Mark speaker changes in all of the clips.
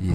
Speaker 1: 以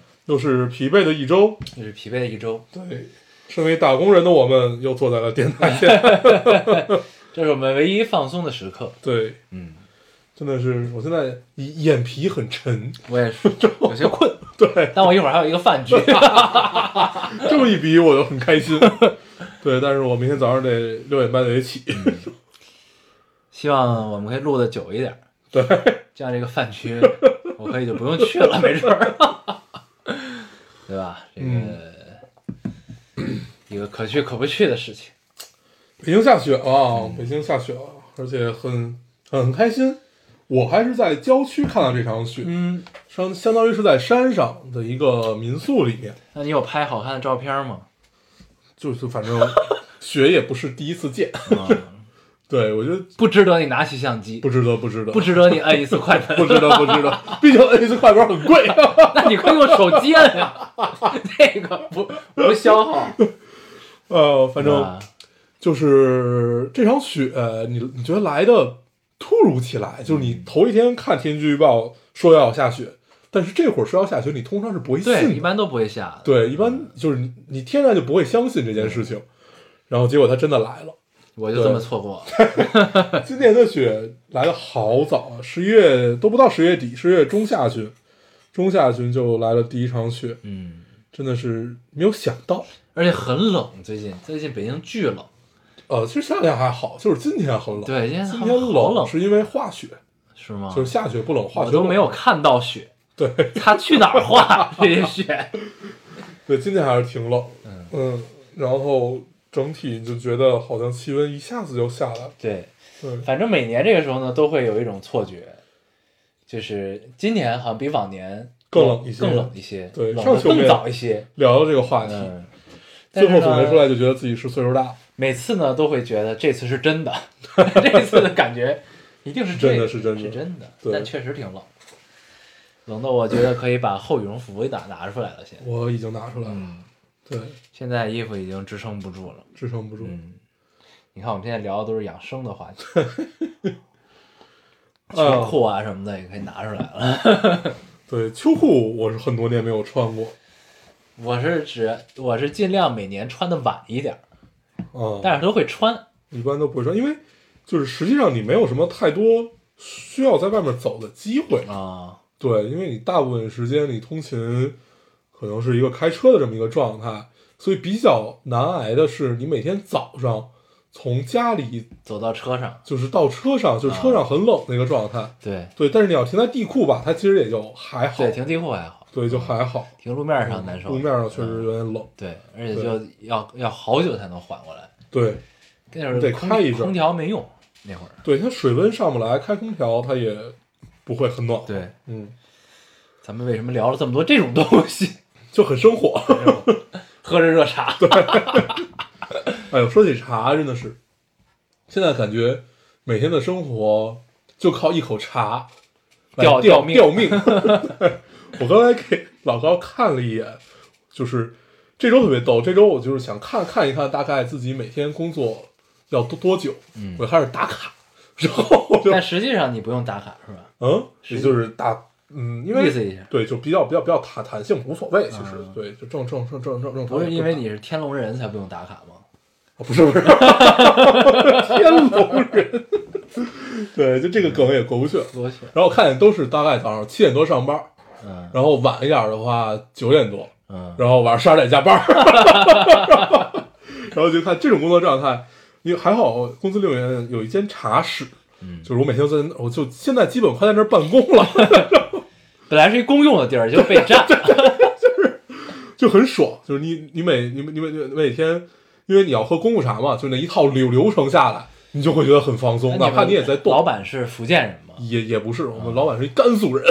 Speaker 2: 又是疲惫的一周。
Speaker 3: 又是疲惫的一周，
Speaker 2: 对，身为打工人的我们又坐在了电台 前。
Speaker 3: 这是我们唯一放松的时刻。
Speaker 2: 对，
Speaker 3: 嗯，
Speaker 2: 真的是，我现在眼眼皮很沉。
Speaker 3: 我也 是有些困，
Speaker 2: 对，
Speaker 3: 但我一会儿还有一个饭 局。
Speaker 2: 这么一比我就很开 心。对，但是我明天早上得六点半得起。
Speaker 3: 嗯希望我们可以录的久一点，
Speaker 2: 对，
Speaker 3: 这样这个饭局我可以就不用去了，没准儿， 对吧？这个、一个可去可不去的事情。
Speaker 2: 北京下雪了啊，
Speaker 3: 嗯
Speaker 2: 北京下雪了，而且很很开心。我还是在郊区看到这场雪，
Speaker 3: 嗯，
Speaker 2: 相相当于是在山上的一个民宿里面，
Speaker 3: 那你有拍好看的照片吗？
Speaker 2: 就是反正 雪也不是第一次见。
Speaker 3: 嗯、
Speaker 2: 对，我觉得
Speaker 3: 不值得你拿起相机，
Speaker 2: 不值得，不值得，
Speaker 3: 不值得你摁一次快门，
Speaker 2: 不值得，不值得。 毕竟 A 次快板 很贵，
Speaker 3: 那你快用手机摁 呀，那个不不消耗。
Speaker 2: 呃，反正
Speaker 3: 啊
Speaker 2: 就是这场雪，你你觉得来的突如其来，就是你头一天看天气预报说要下雪，但是这会儿说要下雪，你通常是不会信
Speaker 3: 对，一
Speaker 2: 的。
Speaker 3: 般都不会下的。
Speaker 2: 对，一般就是你你天然就不会相信这件事情，然后结果它真的来 了。
Speaker 3: 我就这么错过了。
Speaker 2: 今年的雪来的好早啊，十一月都不到十月底，十月中下旬，中下旬就来了第一场雪，
Speaker 3: 嗯，
Speaker 2: 真的是没有想到。
Speaker 3: 而且很冷，最近最近北京巨冷。
Speaker 2: 呃，其实夏天还好，就是今天很冷。
Speaker 3: 对，今天
Speaker 2: 今
Speaker 3: 好
Speaker 2: 天
Speaker 3: 好冷
Speaker 2: 是因为化雪，
Speaker 3: 是吗？
Speaker 2: 就是下雪不冷，化
Speaker 3: 我
Speaker 2: 雪
Speaker 3: 都
Speaker 2: 冷
Speaker 3: 没有。看到雪，
Speaker 2: 对
Speaker 3: 它去哪儿 化这些雪？
Speaker 2: 对，今天还是挺冷。嗯然后整体就觉得好像气温一下子就下来了。
Speaker 3: 对，
Speaker 2: 对，
Speaker 3: 反正每年这个时候呢，都会有一种错觉，就是今年好像比往年
Speaker 2: 更冷一些
Speaker 3: 更冷一些，
Speaker 2: 对
Speaker 3: 冷
Speaker 2: 上
Speaker 3: 得
Speaker 2: 次我们
Speaker 3: 更
Speaker 2: 也
Speaker 3: 早一些。
Speaker 2: 聊到这个话题，
Speaker 3: 嗯，
Speaker 2: 最
Speaker 3: 但是呢
Speaker 2: 后总结出来就觉得自己是岁数大了，
Speaker 3: 每次呢都会觉得这次是真 的，这次的感觉一定是这个
Speaker 2: 真的是真的
Speaker 3: 是真的，
Speaker 2: 对
Speaker 3: 但确实挺冷，冷到我觉得可以把厚羽绒服给拿拿出来了。现在，
Speaker 2: 我已经拿出来了。
Speaker 3: 嗯，
Speaker 2: 对，
Speaker 3: 现在衣服已经支撑不住了。
Speaker 2: 支撑不住。
Speaker 3: 嗯，你看我们现在聊的都是养生的 话题，秋
Speaker 2: 啊
Speaker 3: 裤啊什么的也可以拿出来了。
Speaker 2: 对，秋裤我是很多年没有穿过。
Speaker 3: 我是指我是尽量每年穿的晚一点儿，
Speaker 2: 啊、
Speaker 3: 但是都会穿。
Speaker 2: 一般都不会穿，因为就是实际上你没有什么太多需要在外面走的机会。
Speaker 3: 啊，
Speaker 2: 对，因为你大部分时间你通勤可能是一个开车的这么一个状态，所以比较难挨的是你每天早上从家里
Speaker 3: 走到车上，
Speaker 2: 就是到车上，就是车
Speaker 3: 啊
Speaker 2: 上很冷的一个状态。
Speaker 3: 对
Speaker 2: 对，但是你要停在地库吧，它其实也就还好，
Speaker 3: 对，停地库还好，
Speaker 2: 对就还好。
Speaker 3: 停路面上难受。
Speaker 2: 路面上确实
Speaker 3: 嗯
Speaker 2: 有点冷，
Speaker 3: 对，而且就要要好久才能缓过来，
Speaker 2: 对
Speaker 3: 那会儿
Speaker 2: 得
Speaker 3: 空
Speaker 2: 开一阵儿
Speaker 3: 空调没用，那会儿
Speaker 2: 对，它水温上不来，开空调它也不会很暖，
Speaker 3: 对，
Speaker 2: 嗯，
Speaker 3: 咱们为什么聊了这么多这种东西？
Speaker 2: 就很生火。
Speaker 3: 喝着热茶，
Speaker 2: 哎呦，说起茶真的是，现在感觉每天的生活就靠一口茶来
Speaker 3: 吊
Speaker 2: 吊
Speaker 3: 吊命
Speaker 2: 吊命 我刚才给老高看了一眼，就是这周特别逗，这周我就是想看看一看大概自己每天工作要多多久，
Speaker 3: 嗯
Speaker 2: 我就开始打卡，然后我就
Speaker 3: 但实际上你不用打卡是吧？
Speaker 2: 嗯，也就是打嗯，因为
Speaker 3: 意思一下，
Speaker 2: 对就比较比较比较弹弹性无所谓，其实、
Speaker 3: 嗯
Speaker 2: 对就正正正正正正常，
Speaker 3: 不是因为你是天龙人才不用打卡吗？
Speaker 2: 哦不是不是，天龙人。对，就这个梗也过不去。
Speaker 3: 多去，
Speaker 2: 然后我看见都是大概早上七点多上班，
Speaker 3: 嗯
Speaker 2: 然后晚一点的话九点多，
Speaker 3: 嗯，
Speaker 2: 然后晚上十二点加班， 然后就看这种工作状态。因为还好公司里面有一间茶室，
Speaker 3: 嗯
Speaker 2: 就是我每天都在那，我就现在基本快在那儿办公了，
Speaker 3: 本来是一公用的地儿，就被占，
Speaker 2: 就很爽。就是你你每你你每你每天，因为你要喝功夫茶嘛，就那一套流流程下来，你就会觉得很放松，
Speaker 3: 那
Speaker 2: 哪怕
Speaker 3: 们
Speaker 2: 你也在动。
Speaker 3: 老板是福建人嘛，
Speaker 2: 也也不是，我们老板是一甘肃人，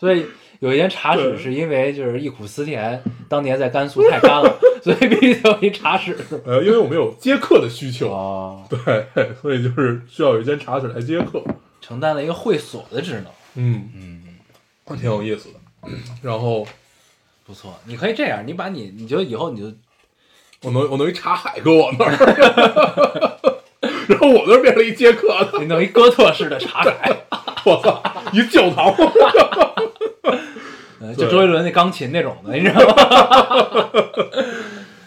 Speaker 3: 所以有一年茶室
Speaker 2: 对
Speaker 3: 是因为就是忆苦思甜，当年在甘肃太干了， 所以必须得有一茶室。
Speaker 2: 呃，因为我们有接客的需求，
Speaker 3: 哦，
Speaker 2: 对，所以就是需要有一间茶室来接客，
Speaker 3: 承担了一个会所的职能，
Speaker 2: 嗯嗯，还挺有意思的。然后
Speaker 3: 不错。你可以这样，你把你你就以后你就
Speaker 2: 我能我能一茶海搁我那儿， 然后我那儿变成一接客的，
Speaker 3: 你弄一哥特式的 茶台，
Speaker 2: 我操，一教堂，
Speaker 3: 呃就周杰伦那钢琴那种的，你知道吗？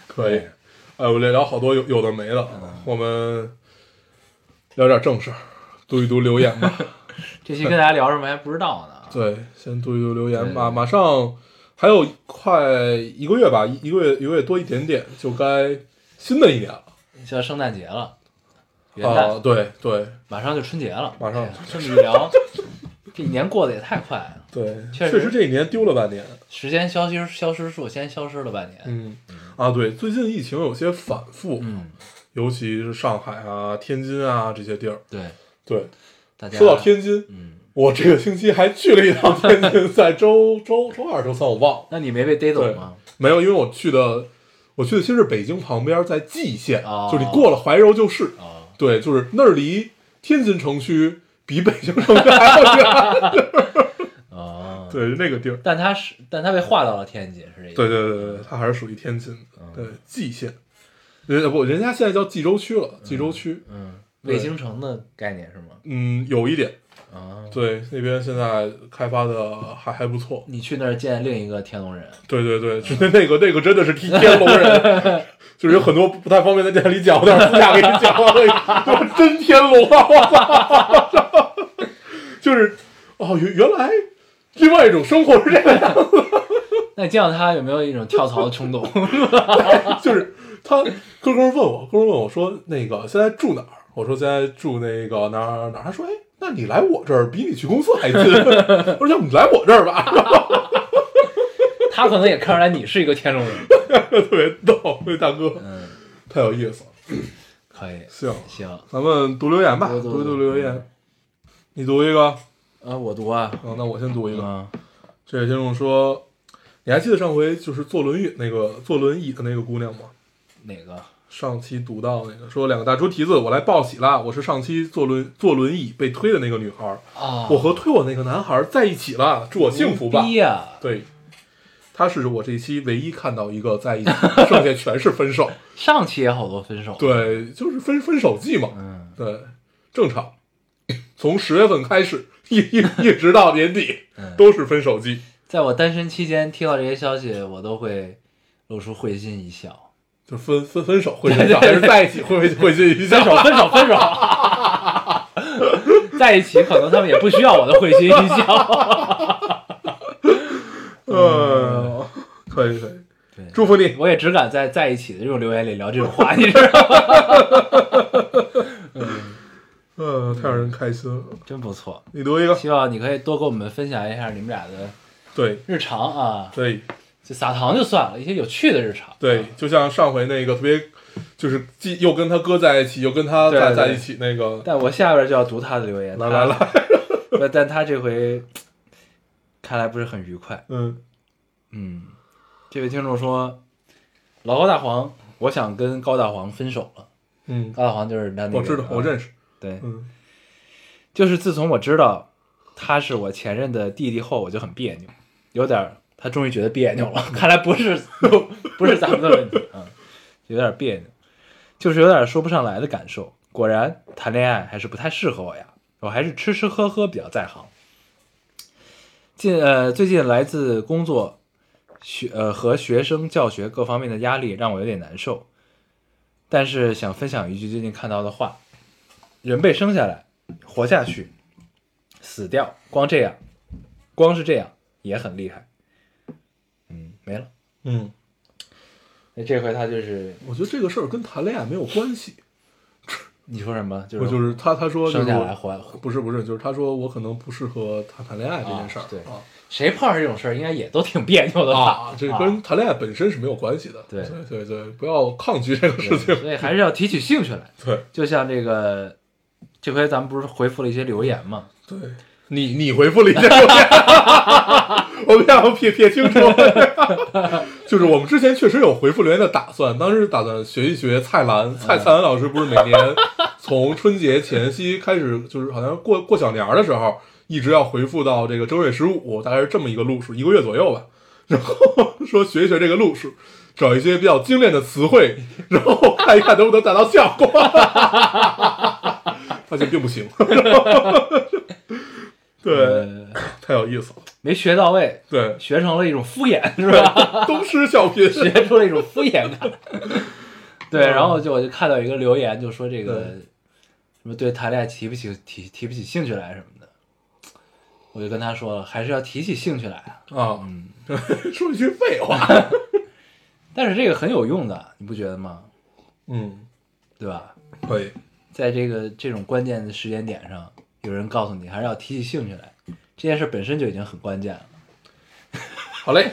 Speaker 2: 可以。哎，我聊聊好多有有的没的，我们聊点正事儿，读一读留言吧。
Speaker 3: 这期跟大家聊什么还不知道 呢。
Speaker 2: 对，先读一读留言
Speaker 3: 对
Speaker 2: 吧。马上还有快一个月吧，一一个月一个月多一点点，就该新的一年了。
Speaker 3: 就要圣诞节了，元旦、
Speaker 2: 啊，对对
Speaker 3: 马上就春节了，
Speaker 2: 马上
Speaker 3: 哎呀这么一聊，这一年过得也太快了，
Speaker 2: 对，
Speaker 3: 确
Speaker 2: 确
Speaker 3: 实
Speaker 2: 实这一年丢了半年。
Speaker 3: 时间消失消失数先消失了半年。
Speaker 2: 嗯，啊，对，最近疫情有些反复，
Speaker 3: 嗯，
Speaker 2: 尤其是上海啊、天津啊这些地儿。
Speaker 3: 对，
Speaker 2: 对，
Speaker 3: 大家
Speaker 2: 说到天津，
Speaker 3: 嗯，
Speaker 2: 我这个星期还去了一趟天津，在周周周二、周三我忘了，
Speaker 3: 那你没被逮走
Speaker 2: 对
Speaker 3: 吗？
Speaker 2: 没有，因为我去的我去的其实是北京旁边，在蓟县，
Speaker 3: 哦
Speaker 2: 就是你过了怀柔就是。
Speaker 3: 哦，
Speaker 2: 对，就是那儿离天津城区比北京城区还要远。
Speaker 3: 哦，，
Speaker 2: 对，那个地儿，
Speaker 3: 但他是，但他被划到了天津，是这意思？
Speaker 2: 对对对对，它还是属于天津的，对蓟县。人不，人家现在叫蓟州区了，蓟州区，
Speaker 3: 嗯，
Speaker 2: 对
Speaker 3: 卫星城的概念是吗？
Speaker 2: 嗯，有一点，
Speaker 3: 啊，
Speaker 2: 对，那边现在开发的还还不错。
Speaker 3: 你去那儿见另一个天龙人，
Speaker 2: 对对对，就那个那个真的是替天龙人， 就是有很多不太方便在店里讲，但是私下给你讲了，就是真天龙啊！我操， 就是哦，原原来另外一种生活是这个样子，
Speaker 3: 那你见到他有没有一种跳槽的冲动？
Speaker 2: 就是他哥哥问我，哥哥问我说那个现在住哪儿？我说现在住那个哪儿哪儿？他说哎，那你来我这儿比你去公司还近。 我说要不你来我这儿吧，
Speaker 3: 他可能也看出来你是一个天龙人。
Speaker 2: 特别逗，那大哥
Speaker 3: 嗯，
Speaker 2: 太有意思了。
Speaker 3: 可以，
Speaker 2: 行，
Speaker 3: 行，
Speaker 2: 咱们读留言吧，
Speaker 3: 读读
Speaker 2: 读一读
Speaker 3: 读
Speaker 2: 留言。你读一个，
Speaker 3: 啊，我读啊，
Speaker 2: 嗯，那我先读一个。
Speaker 3: 嗯，
Speaker 2: 这位听众说，你还记得上回就是坐轮椅那个坐轮椅的那个姑娘吗？
Speaker 3: 哪个？
Speaker 2: 上期读到那个说两个大猪蹄子，我来报喜啦！我是上期坐轮坐轮椅被推的那个女孩儿，
Speaker 3: 啊，
Speaker 2: 我和推我那个男孩儿在一起了，祝我幸福吧
Speaker 3: 牛！逼啊呀！
Speaker 2: 对，他是我这一期唯一看到一个在一起，剩下全是 分手。
Speaker 3: 上期也好多分手，，
Speaker 2: 对，就是分分手季嘛。
Speaker 3: 嗯，
Speaker 2: 对，正常。从十月份开始，一一一直到年底
Speaker 3: 嗯，
Speaker 2: 都是分手季，
Speaker 3: 在我单身期间听到这些消息，我都会露出会心一笑。
Speaker 2: 就分分分手会分手，还是在一起会会会心一笑。
Speaker 3: 分手， 分手，在一起可能他们也不需要我的会心一笑。
Speaker 2: 嗯，可以可以，
Speaker 3: 对，
Speaker 2: 祝福你。
Speaker 3: 我也只敢在在一起的这种留言里聊这种话，你知道吗？
Speaker 2: 嗯，太让人开心了。
Speaker 3: 真不错，
Speaker 2: 你读一个，
Speaker 3: 希望你可以多跟我们分享一下你们俩的
Speaker 2: 对
Speaker 3: 日常啊，
Speaker 2: 对
Speaker 3: 就撒糖就算了，一些有趣的日常。
Speaker 2: 对，就像上回那个特别，就是既又跟他哥在一起，又跟他
Speaker 3: 对
Speaker 2: 在
Speaker 3: 对
Speaker 2: 在一起那个，
Speaker 3: 但我下边就要读他的留言，
Speaker 2: 来来来，
Speaker 3: 但但他这回看来不是很愉快。
Speaker 2: 嗯
Speaker 3: 嗯，这位听众说，老高大黄，我想跟高大黄分手了。
Speaker 2: 嗯，
Speaker 3: 高大黄就是那那个，
Speaker 2: 我知道，我认
Speaker 3: 识。
Speaker 2: 识。
Speaker 3: 对，
Speaker 2: 嗯，
Speaker 3: 就是自从我知道他是我前任的弟弟后，我就很别扭，有点儿他终于觉得别扭了， 看来不是不是咱们的问题啊，有点别扭，就是有点说不上来的感受。果然谈恋爱还是不太适合我呀，我还是吃吃喝喝比较在行。近呃，最近来自工作、学呃和学生教学各方面的压力让我有点难受，但是想分享一句最近看到的话：人被生下来，活下去，死掉，光这样，光是这样也很厉害。嗯，没了。
Speaker 2: 嗯，
Speaker 3: 那这回他就是
Speaker 2: 我觉得这个事儿跟谈恋爱没有关系。
Speaker 3: 你说什么？就
Speaker 2: 我
Speaker 3: 是
Speaker 2: 就是他，他说就
Speaker 3: 生
Speaker 2: 是
Speaker 3: 下
Speaker 2: 我
Speaker 3: 来活，
Speaker 2: 不是不是，就是他说我可能不适合谈谈恋爱这件事儿、
Speaker 3: 啊对
Speaker 2: 啊
Speaker 3: 谁碰上这种事儿，应该也都挺别扭的吧？
Speaker 2: 啊，这跟谈恋爱本身是没有关系的。
Speaker 3: 对
Speaker 2: 对对对，不要抗拒这个事
Speaker 3: 对
Speaker 2: 情。
Speaker 3: 所以还是要提起兴趣来。
Speaker 2: 对
Speaker 3: 就像这个，这嗯 回咱们不是回复了一些留言嘛？
Speaker 2: 对，你你回复了一下，我们要撇撇清楚。 就是我们之前确实有回复留言的打算，当时打算学一学蔡澜，蔡蔡澜老师不是每年从春节前夕开始，就是好像过过小年儿的时候，一直要回复到这个正月十五，大概是这么一个路数，一个月左右吧。然后说学一学这个路数，找一些比较精炼的词汇，然后看一看能不能达到效果。 发现并不行。 对，
Speaker 3: 呃，
Speaker 2: 太有意思了。
Speaker 3: 没学到位，
Speaker 2: 对，
Speaker 3: 学成了一种敷衍，是吧？
Speaker 2: 东施效 颦。
Speaker 3: 学出了一种敷衍感。 对，然后就我就看到一个留言，就说这个
Speaker 2: 对
Speaker 3: 什么对谈恋爱提不起提提不起兴趣来什么的，我就跟他说了，还是要提起兴趣来啊。
Speaker 2: 啊，
Speaker 3: 嗯，
Speaker 2: 说一句废话。
Speaker 3: 但是这个很有用的，你不觉得吗？
Speaker 2: 嗯，
Speaker 3: 对吧？
Speaker 2: 可以。
Speaker 3: 在这个这种关键的时间点上，有人告诉你还是要提起兴趣来，这件事本身就已经很关键了，
Speaker 2: 好嘞，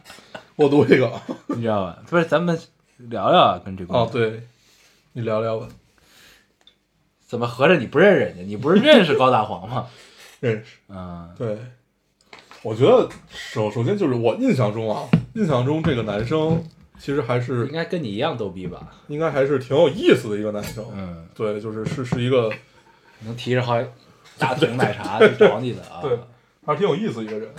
Speaker 2: 我读一个啊。
Speaker 3: 你知道吧？不是，咱们聊聊啊，跟这个
Speaker 2: 哦，对，你聊聊吧。
Speaker 3: 怎么合着你不认识人家？你不是认识高大黄吗？
Speaker 2: 认识。
Speaker 3: 嗯
Speaker 2: 对，我觉得首首先就是我印象中啊，印象中这个男生其实还是
Speaker 3: 应该跟你一样逗逼吧？
Speaker 2: 应该还是挺有意思的一个男生。
Speaker 3: 嗯，
Speaker 2: 对，就是是是一个
Speaker 3: 能提着好几大桶奶茶去找你的啊？
Speaker 2: 对，还是挺有意思的一个人。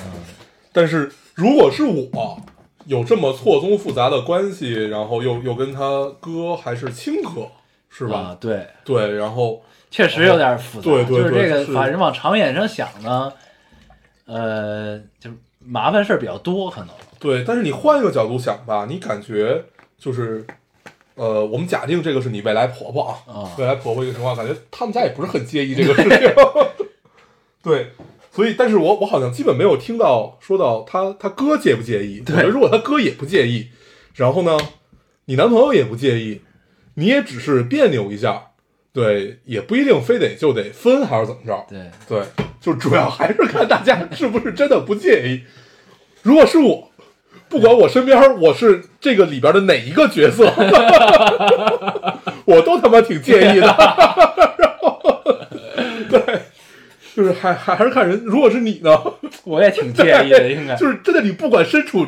Speaker 2: 但是如果是我有这么错综复杂的关系，然后又又跟他哥还是亲哥，是吧？
Speaker 3: 啊，对，
Speaker 2: 对，然后
Speaker 3: 确实有点复杂。
Speaker 2: 对对
Speaker 3: 就是这
Speaker 2: 对
Speaker 3: 个，
Speaker 2: 是
Speaker 3: 反正往长远上想呢，呃，就麻烦事儿比较多，可能。
Speaker 2: 对，但是你换一个角度想吧，你感觉就是，呃，我们假定这个是你未来婆婆啊，
Speaker 3: 啊
Speaker 2: 未来婆婆一个情况，感觉他们家也不是很介意这个事情。 对，所以，但是我我好像基本没有听到说到他他哥介不介意。我觉得如果他哥也不介意，然后呢，你男朋友也不介意，你也只是别扭一下，对，也不一定非得就得分还是怎么着。
Speaker 3: 对，
Speaker 2: 对，就主要还是看大家是不是真的不介意。如果是我，不管我身边儿我是这个里边的哪一个角色， 我都他妈挺介意的。 然后对，就是还还还是看人。如果是你呢，
Speaker 3: 我也挺 介意 的，应该。
Speaker 2: 就是真的你不管身处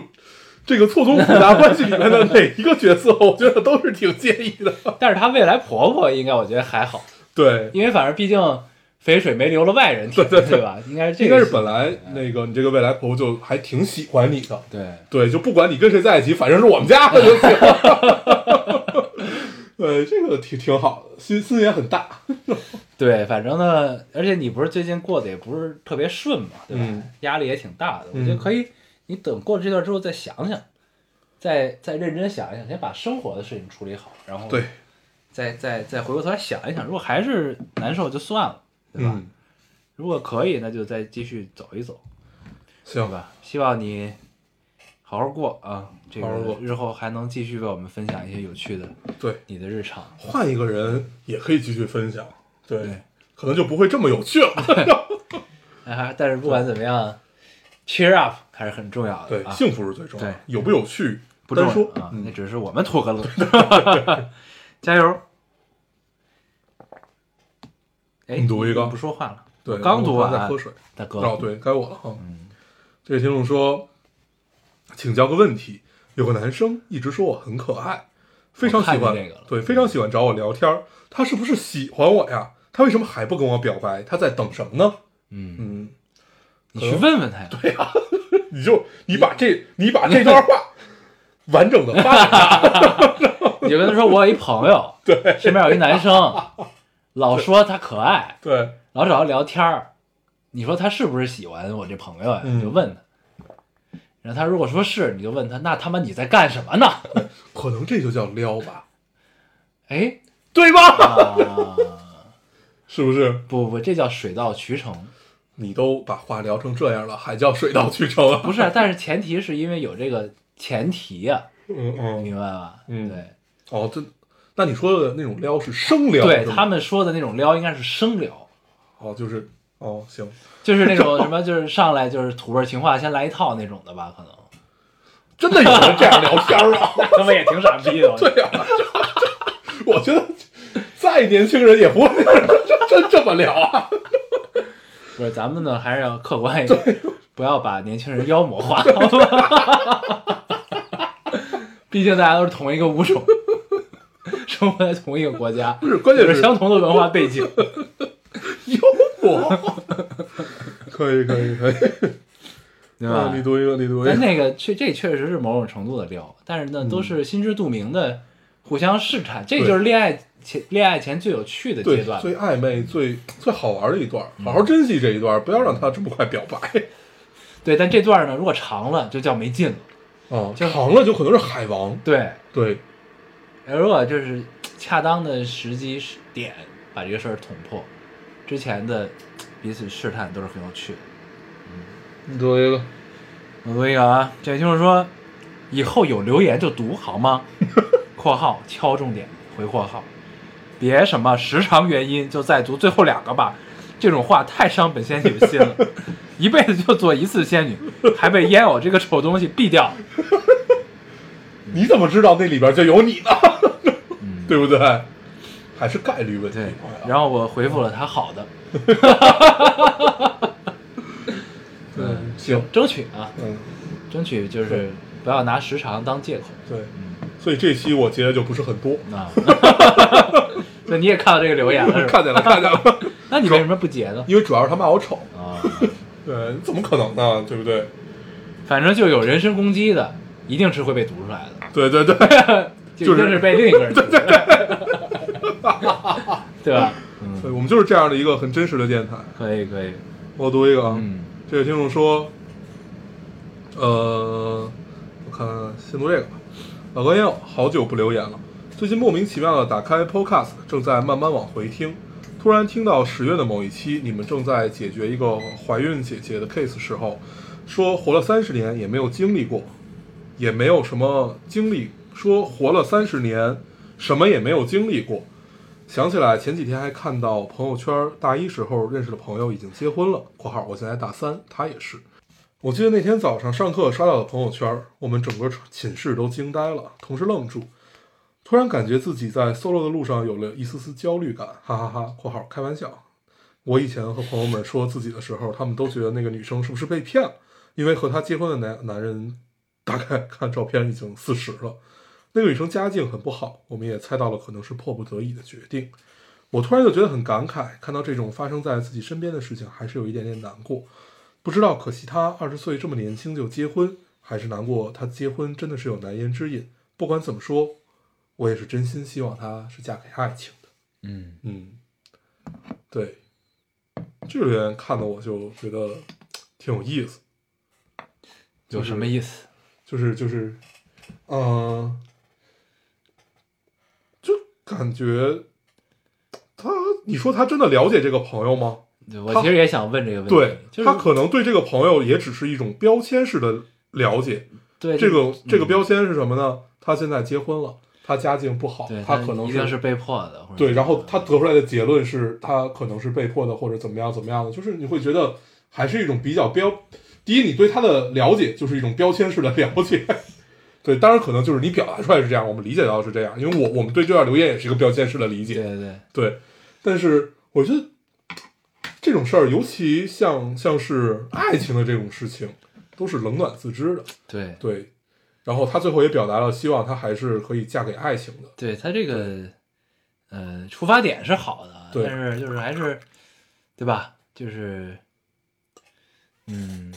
Speaker 2: 这个错综复杂关系里面的哪一个角色，我觉得都是挺介意的。
Speaker 3: 但是她未来婆婆应该我觉得还好，
Speaker 2: 对，
Speaker 3: 因为反正毕竟肥水没流了外人田，对吧？应该是这
Speaker 2: 应
Speaker 3: 个
Speaker 2: 该是
Speaker 3: 意思
Speaker 2: 本来那个你这个未来婆婆就还挺喜欢你的。
Speaker 3: 对
Speaker 2: 对，就不管你跟谁在一起，反正是我们家的就行。 对，这个挺挺好的，心心也很大。
Speaker 3: 对，反正呢，而且你不是最近过得也不是特别顺嘛，对吧？
Speaker 2: 嗯
Speaker 3: 压力也挺大的，我
Speaker 2: 嗯
Speaker 3: 觉得可以，你等过了这段之后再想想，再再认真想一想，先把生活的事情处理好，然后
Speaker 2: 对，
Speaker 3: 再再再回过头来想一想，如果还是难受就算了，对吧？
Speaker 2: 嗯，
Speaker 3: 如果可以，那就再继续走一走，对
Speaker 2: 行，
Speaker 3: 吧？希望你好好过啊，这
Speaker 2: 好好
Speaker 3: 个
Speaker 2: 过
Speaker 3: 日后还能继续为我们分享一些有趣的
Speaker 2: 对，
Speaker 3: 你的日常。
Speaker 2: 换一个人也可以继续分享。对，
Speaker 3: 对
Speaker 2: 可能就不会这么有趣了。
Speaker 3: 哎，还但是不管怎么样，cheer up 还是很重要的。
Speaker 2: 对，
Speaker 3: 啊、
Speaker 2: 幸福是最重要的
Speaker 3: 对，
Speaker 2: 有不有趣
Speaker 3: 不重要
Speaker 2: 单说。
Speaker 3: 啊，那
Speaker 2: 嗯，
Speaker 3: 只是我们图个 乐。加油！哎，
Speaker 2: 你读一个
Speaker 3: 不说话了。
Speaker 2: 对，
Speaker 3: 刚读完
Speaker 2: 我在喝水。
Speaker 3: 大哥。嗯
Speaker 2: 哦，对，该我了哈。这位听众说，请教个问题：有个男生一直说我很可爱，非常喜
Speaker 3: 我
Speaker 2: 欢
Speaker 3: 哦看见这个了
Speaker 2: 对，非常喜欢找我聊天儿。他是不是喜欢我呀？他为什么还不跟我表白？他在等什么呢？
Speaker 3: 嗯，
Speaker 2: 嗯，
Speaker 3: 你去问问他呀。对，
Speaker 2: 你就你把这你把这段 话完整的发给他，
Speaker 3: 你就跟他说，我有一朋友，对，身边有一男 生，老说他可爱，
Speaker 2: 对，
Speaker 3: 老找他聊天儿。你说他是不是喜欢我这朋友呀？
Speaker 2: 嗯
Speaker 3: 你就问他。然后他如果说是，你就问他，那他妈你在干什么呢？
Speaker 2: 可能这就叫撩吧，
Speaker 3: 哎，
Speaker 2: 对吧？
Speaker 3: 啊，
Speaker 2: 是不是？
Speaker 3: 不不，这叫水到渠成。
Speaker 2: 你都把话聊成这样了，还叫水到 渠成啊？
Speaker 3: 不是啊，但是前提是因为有这个前提呀、
Speaker 2: 嗯
Speaker 3: 你
Speaker 2: 嗯，
Speaker 3: 明白吧？
Speaker 2: 嗯
Speaker 3: 对，
Speaker 2: 哦，这那你说的那种撩是生撩，
Speaker 3: 对
Speaker 2: 是吗
Speaker 3: 他们说的那种撩应该是生撩，
Speaker 2: 哦，就是哦，行，
Speaker 3: 就是那种什么，就是上来就是土味情话，先来一套那种的吧，可能
Speaker 2: 真的有人这样聊天 啊？
Speaker 3: 他们也挺傻逼的。
Speaker 2: 对呀、我觉得再年轻人也不会这这这么聊啊。
Speaker 3: 不是，咱们呢还是要客观一点，不要把年轻人妖魔 化，好吧？ 毕竟大家都是同一个物种， 生活在同一个国家，
Speaker 2: 不是关键
Speaker 3: 有着
Speaker 2: 是
Speaker 3: 相同的文化背景。
Speaker 2: 幽默， 可以可以 可以，
Speaker 3: 对吧
Speaker 2: 啊，你读一个，你读一
Speaker 3: 但
Speaker 2: 个，
Speaker 3: 那个确这确实是某种程度的撩，但是呢，都是心知肚明的，互相试探，这就是恋爱前恋爱前最有趣的
Speaker 2: 对
Speaker 3: 阶，段。
Speaker 2: 最暧昧、最最好玩的一段，好好珍惜这一段，不要让他这么快表白。
Speaker 3: 对，但这段呢，如果长了就叫没劲了。
Speaker 2: 啊，
Speaker 3: 就是
Speaker 2: 长了就可能是海王，
Speaker 3: 对，
Speaker 2: 对，
Speaker 3: 如果就是恰当的时机时点把这个事儿捅破，之前的彼此试探都是很有趣的。
Speaker 2: 你读一个，
Speaker 3: 我读一个啊，这位听众说，以后有留言就读好吗？（括号敲重点，回括号，别什么时长原因就再读最后两个吧，这种话太伤本仙女的心了，一辈子就做一次仙女，还被烟偶这个丑东西毙掉。
Speaker 2: 你怎么知道那里边就有你呢？
Speaker 3: 嗯
Speaker 2: 对不对？还是概率问题哎
Speaker 3: 对，，
Speaker 2: 朋友
Speaker 3: 然后我回复了他好的，
Speaker 2: 嗯，行，
Speaker 3: 争取啊，
Speaker 2: 嗯，
Speaker 3: 争取就是不要拿时长当借口。
Speaker 2: 对，所以这期我截的就不是很多，
Speaker 3: 啊，所以你也看到这个留言了是吧？
Speaker 2: 看见 了，看见了，
Speaker 3: 那你为什么不截呢？
Speaker 2: 因为主要是他骂我丑，
Speaker 3: 啊，
Speaker 2: 对，怎么可能呢？对不对？
Speaker 3: 反正就有人身攻击的，一定是会被读出来的，
Speaker 2: 对对对，
Speaker 3: 就一定 是被另一个人读，对 对吧？嗯，
Speaker 2: 所以我们就是这样的一个很真实的电台。
Speaker 3: 可以可以，
Speaker 2: 我读一个啊，
Speaker 3: 嗯
Speaker 2: 这位听众说，呃，我看先读这个吧。老高烟友，好久不留言了，最近莫名其妙的打开 Podcast，正在慢慢往回听，突然听到十月的某一期，你们正在解决一个怀孕姐姐的 case 时候，说活了三十年也没有经历过，也没有什么经历，说活了三十年什么也没有经历过。想起来前几天还看到朋友圈，大一时候认识的朋友已经结婚了（括号我现在大三，他也是）。我记得那天早上上课刷到的朋友圈，我们整个寝室都惊呆了，同时愣住，突然感觉自己在 solo 的路上有了一丝丝焦虑感，哈哈哈（括号开玩笑）。我以前和朋友们说自己的时候，他们都觉得那个女生是不是被骗了，因为和她结婚的男男人大概看照片已经四十了。那个女生家境很不好，我们也猜到了可能是迫不得已的决定。我突然就觉得很感慨，看到这种发生在自己身边的事情，还是有一点点难过。不知道，可惜她二十岁这么年轻就结婚，还是难过。她结婚真的是有难言之隐。不管怎么说，我也是真心希望她是嫁给爱情的。
Speaker 3: 嗯，
Speaker 2: 嗯，对，这个留言看的我就觉得嘖挺有意思，
Speaker 3: 有什么意思？
Speaker 2: 就是就是，嗯、就感觉他，你说他真的了解这个朋友吗？
Speaker 3: 对我其实也想问这个问题，
Speaker 2: 对，
Speaker 3: 就是
Speaker 2: 他可能对这个朋友也只是一种标签式的了解。
Speaker 3: 对
Speaker 2: 这个这个
Speaker 3: 嗯
Speaker 2: 标签是什么呢？他现在结婚了，他家境不好
Speaker 3: 对，
Speaker 2: 他可能
Speaker 3: 一定是被迫的，或者
Speaker 2: 对，
Speaker 3: 是
Speaker 2: 然后他得出来的结论是他可能是被迫的，或者怎么样怎么样的，就是你会觉得还是一种比较标。第一，你对他的了解就是一种标签式的了解，对，当然可能就是你表达出来是这样，我们理解到是这样，因为我我们对这段留言也是一个标签式的理
Speaker 3: 对
Speaker 2: 解，
Speaker 3: 对对，
Speaker 2: 对。但是我觉得这种事儿，尤其像像是爱情的这种事情，都是冷暖自知的，
Speaker 3: 对
Speaker 2: 对。然后他最后也表达了希望他还是可以嫁给爱情的，
Speaker 3: 对他这个，呃，出发点是好的，
Speaker 2: 对
Speaker 3: 但是就是还是，对吧？就是，嗯，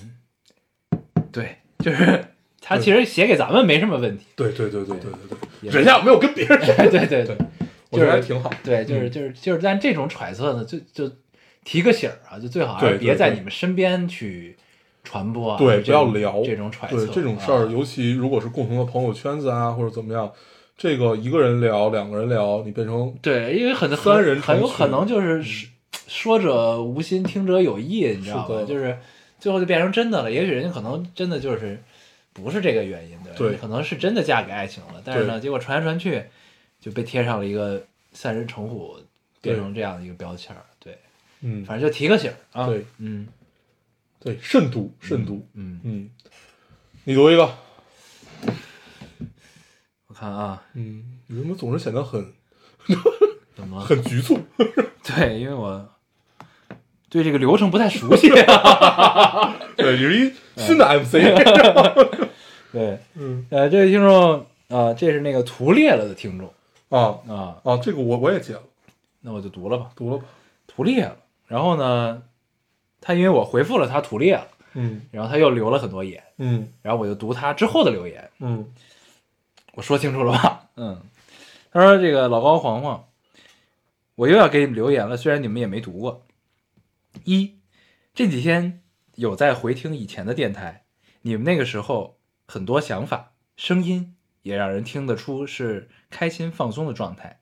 Speaker 3: 对，就是他
Speaker 2: 对
Speaker 3: 其实写给咱们没什么问题，
Speaker 2: 对对对对对对对，
Speaker 3: 也
Speaker 2: 人家没有跟别 人
Speaker 3: 对对对
Speaker 2: 对嗯
Speaker 3: 对
Speaker 2: 我觉得还挺好。
Speaker 3: 对，就是就是就是，但这种揣测呢，就就提个醒儿啊，就最好还
Speaker 2: 对
Speaker 3: 是
Speaker 2: 对
Speaker 3: 别在
Speaker 2: 对
Speaker 3: 你们身边去传播啊，
Speaker 2: 对，不
Speaker 3: 这
Speaker 2: 要
Speaker 3: 种
Speaker 2: 聊
Speaker 3: 这种揣测
Speaker 2: 对
Speaker 3: 啊，
Speaker 2: 这种事儿，尤其如果是共同的朋友圈子啊，或者怎么样，这个一个人聊，两个人聊，你变成
Speaker 3: 对，因为很
Speaker 2: 三
Speaker 3: 很
Speaker 2: 人成
Speaker 3: 很有
Speaker 2: 群
Speaker 3: 可能就是说说者无心，听者有意，你知道
Speaker 2: 是
Speaker 3: 吧
Speaker 2: 的？
Speaker 3: 就是最后就变成真的了。也许人家可能真的就是不是这个原因，对吧？
Speaker 2: 对
Speaker 3: 人家可能是真的嫁给爱情了，但是呢，结果传来传去就被贴上了一个三人成虎，
Speaker 2: 对
Speaker 3: 变成这样的一个标签儿。对，
Speaker 2: 嗯，
Speaker 3: 反正就提个醒儿啊。
Speaker 2: 对，
Speaker 3: 嗯
Speaker 2: 对，慎独，慎独。
Speaker 3: 嗯，
Speaker 2: 嗯，你读一个。
Speaker 3: 我看啊，
Speaker 2: 嗯，你怎么总是显得很
Speaker 3: 怎么了？
Speaker 2: 很局促？
Speaker 3: 对，因为我对这个流程不太熟悉、啊。
Speaker 2: 对，有一新 的 MC，
Speaker 3: 对，
Speaker 2: 嗯
Speaker 3: 呃，这位听众啊、这是那个图裂了的听众
Speaker 2: 啊
Speaker 3: 啊，
Speaker 2: 啊，这个我我也解了，
Speaker 3: 那我就读了吧，
Speaker 2: 读了吧，
Speaker 3: 图裂了。然后呢，他因为我回复了他图裂了，
Speaker 2: 嗯
Speaker 3: 然后他又留了很多言，
Speaker 2: 嗯
Speaker 3: 然后我就读他之后的留言。
Speaker 2: 嗯
Speaker 3: 我说清楚了吧？ 嗯，他说这个老高黄黄，我又要给你们留言了，虽然你们也没读过。一，这几天有在回听以前的电台，你们那个时候很多想法、声音也让人听得出是开心放松的状态。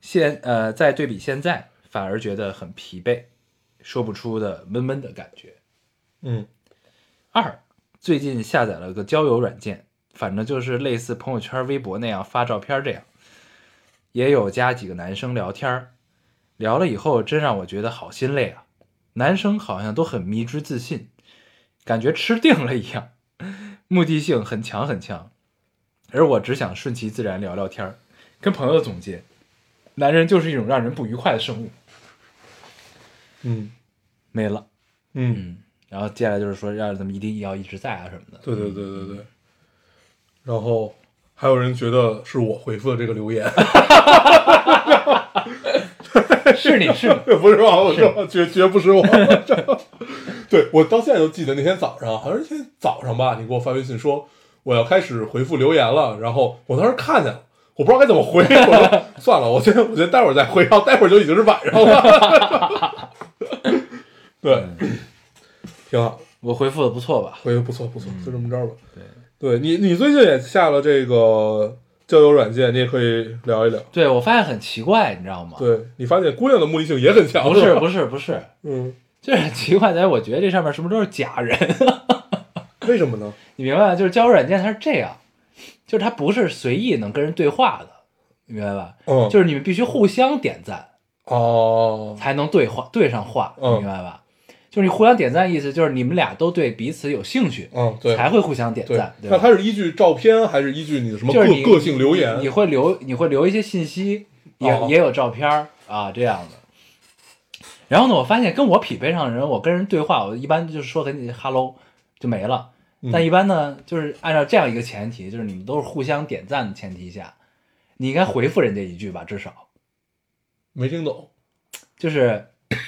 Speaker 3: 现呃，再对比现在，反而觉得很疲惫，说不出的闷闷的感觉。
Speaker 2: 嗯
Speaker 3: 二，最近下载了个交友软件，反正就是类似朋友圈、微博那样发照片这样，也有加几个男生聊天儿，聊了以后真让我觉得好心累啊！男生好像都很迷之自信，感觉吃定了一样，目的性很强很强，而我只想顺其自然聊聊天儿。跟朋友总结，男人就是一种让人不愉快的生物。
Speaker 2: 嗯
Speaker 3: 没了。
Speaker 2: 嗯，
Speaker 3: 嗯，然后接下来就是说让咱们一定要一直在啊什么的。
Speaker 2: 对对对对对，然后还有人觉得是我回复的这个留言，
Speaker 3: 是你是你，
Speaker 2: 不是吧？我说绝绝不是我。 对我到现在都记得那天早上，好像是今天早上吧，你给我发微信说我要开始回复留言了，然后我当时看见了。我不知道该怎么回，我 说算了，我先我先待会儿再回，然后待会儿就已经是晚上了。 对，
Speaker 3: 嗯
Speaker 2: 挺好，
Speaker 3: 我回复的不错吧？
Speaker 2: 回的不错不错，就这么着吧。
Speaker 3: 嗯对，
Speaker 2: 对你你最近也下了这个交友软件，你也可以聊一聊。
Speaker 3: 对我发现很奇怪，你知道吗？，
Speaker 2: 对你发现姑娘的目的性也很强，
Speaker 3: 不是
Speaker 2: 吧
Speaker 3: 不是不是，
Speaker 2: 嗯，
Speaker 3: 就是很奇怪在于我觉得这上面是不是都是假人？
Speaker 2: 为什么呢？
Speaker 3: 你明白吗？就是交友软件它是这样，就是它不是随意能跟人对话的，你明白吧？
Speaker 2: 嗯，
Speaker 3: 就是你们必须互相点赞
Speaker 2: 哦，
Speaker 3: 才能对话对上话，你
Speaker 2: 嗯
Speaker 3: 明白吧？就是你互相点赞，意思就是你们俩都对彼此有兴趣，
Speaker 2: 嗯，对，
Speaker 3: 才会互相点
Speaker 2: 对
Speaker 3: 赞，。对
Speaker 2: 那
Speaker 3: 吧
Speaker 2: 它？是依据照片还是依据你的什么
Speaker 3: 就是
Speaker 2: 个
Speaker 3: 你
Speaker 2: 个性留言
Speaker 3: 你？会留你会留一些信息，也、
Speaker 2: 哦
Speaker 3: 也有照片儿啊这样的。然后呢，我发现跟我匹配上的人，我跟人对话，我一般就是说跟你 hello 就没了。
Speaker 2: 嗯
Speaker 3: 但一般呢，就是按照这样一个前提，就是你们都是互相点赞的前提下，你应该回复人家一句吧，至少
Speaker 2: 没听懂。
Speaker 3: 就是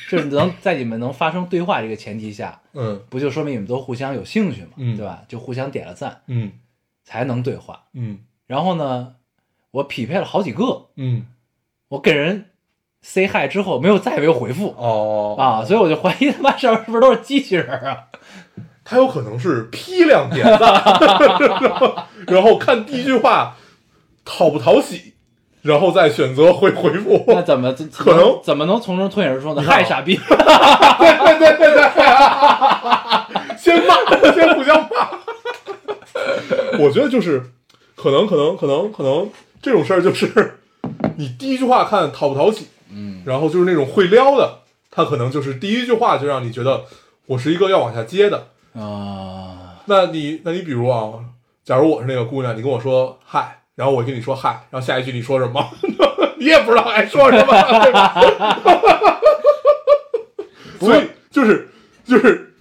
Speaker 3: 就是能在你们能发生对话这个前提下，
Speaker 2: 嗯
Speaker 3: 不就说明你们都互相有兴趣嘛，
Speaker 2: 嗯
Speaker 3: 对吧？就互相点了赞
Speaker 2: 嗯
Speaker 3: 才能对话。
Speaker 2: 嗯
Speaker 3: 然后呢，我匹配了好几个，
Speaker 2: 嗯，
Speaker 3: 我给人 say hi 之后没有再没有回复
Speaker 2: 哦，
Speaker 3: 啊，所以我就怀疑他妈上面是不是都是机器人儿啊？
Speaker 2: 它有可能是批量点 赞，然后看第一句话讨不讨喜，然后再选择回回复。
Speaker 3: 那怎么可
Speaker 2: 可能
Speaker 3: 怎么能从中推演出呢？
Speaker 2: 你看啊
Speaker 3: 嗨，傻逼！
Speaker 2: 对对对对， 先骂，先互相骂。我觉得就是，可能可能可能可能这种事儿就是，你第一句话看讨不讨喜，嗯，然后就是那种会撩的，他可能就是第一句话就让你觉得我是一个要往下接的。
Speaker 3: 啊，
Speaker 2: 那你那你比如啊，假如我是那个姑娘，你跟我说嗨，然后我跟你说嗨，然后下一句你说什么？ 你也不知道该说什么，对吧？ 所以就是就是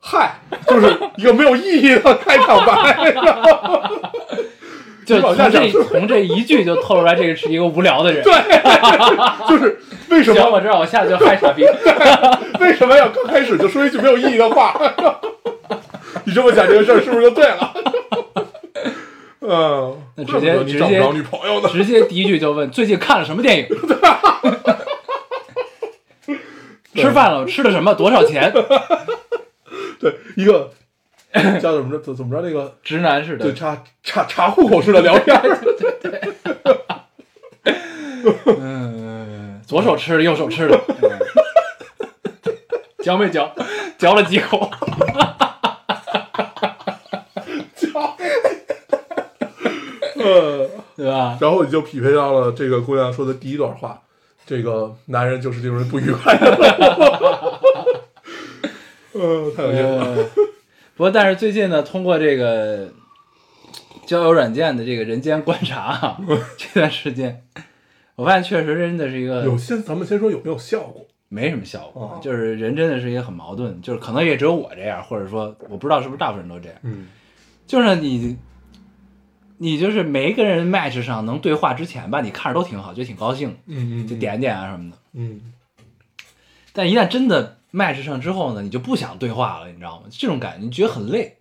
Speaker 2: 嗨，就是一个没有意义的开场白。
Speaker 3: 就从
Speaker 2: 往下讲
Speaker 3: 这从这一句就透出来这个是一个无聊的人。对，
Speaker 2: 就是为什
Speaker 3: 行，
Speaker 2: 么
Speaker 3: 我知道，我下次就嗨傻逼。
Speaker 2: 为什么要刚开始就说一句没有意义的话？ 你这么想这个事儿是不是就对 了？嗯，
Speaker 3: 那直
Speaker 2: 怪不
Speaker 3: 接
Speaker 2: 得你
Speaker 3: 直
Speaker 2: 找不
Speaker 3: 接
Speaker 2: 着女朋友呢。
Speaker 3: 直接第一句就问最近看了什么 电影？吃饭了，吃的什么？多少钱？
Speaker 2: 对，一个 叫怎么着怎怎么着那个，
Speaker 3: 直男似
Speaker 2: 对
Speaker 3: 的，
Speaker 2: 查查查户口式的 聊天儿，
Speaker 3: 嗯，左手吃的，右手吃的， 嚼没嚼？嚼了几口。
Speaker 2: 呃，
Speaker 3: 对吧？
Speaker 2: 然后你就匹配到了这个姑娘说的第一段话，这个男人就是这种人不愉快的， 呃，太有意思了，
Speaker 3: 呃， 不过但是最近呢，通过这个交友软件的这个人间观察啊，这段时间，我发现确实真的是一个
Speaker 2: 有先咱们先说有没有效果，
Speaker 3: 没什么效果
Speaker 2: 哦，
Speaker 3: 就是人真的是也很矛盾，就是可能也只有我这样，或者说我不知道是不是大部分人都这样，
Speaker 2: 嗯，
Speaker 3: 就是你，你就是每一个人 match 上能对话之前吧，你看着都挺好，就挺高兴，
Speaker 2: 嗯嗯，
Speaker 3: 就点点啊什么的。
Speaker 2: 嗯，
Speaker 3: 但一旦真的 match 上之后呢，你就不想对话了，你知道吗？这种感觉你觉得很累，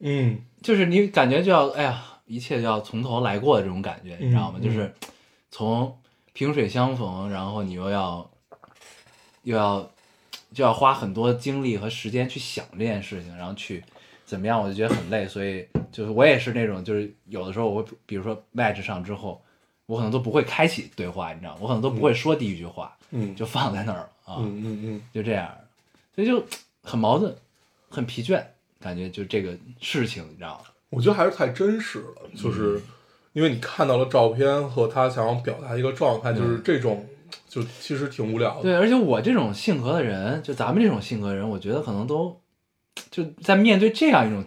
Speaker 2: 嗯
Speaker 3: 就是你感觉就要哎呀，一切就要从头来过的这种感觉，你知道吗？
Speaker 2: 嗯
Speaker 3: 就是从萍水相逢，然后你又要又要就要花很多精力和时间去想这件事情，然后去怎么样，我就觉得很累。所以就是我也是那种，就是有的时候我会比如说 match 上之后，我可能都不会开启对话，你知道吗？我可能都不会说第一句话，
Speaker 2: 嗯，
Speaker 3: 就放在那儿了啊。
Speaker 2: 嗯嗯嗯，
Speaker 3: 就这样，所以就很矛盾，很疲倦，感觉就这个事情，你知道吗？
Speaker 2: 我觉得还是太真实
Speaker 3: 嗯
Speaker 2: 了，就是因为你看到了照片和他想要表达一个状态，就是这种，就其实挺无聊的。
Speaker 3: 嗯对，而且我这种性格的人，就咱们这种性格的人，我觉得可能都就在面对这样一种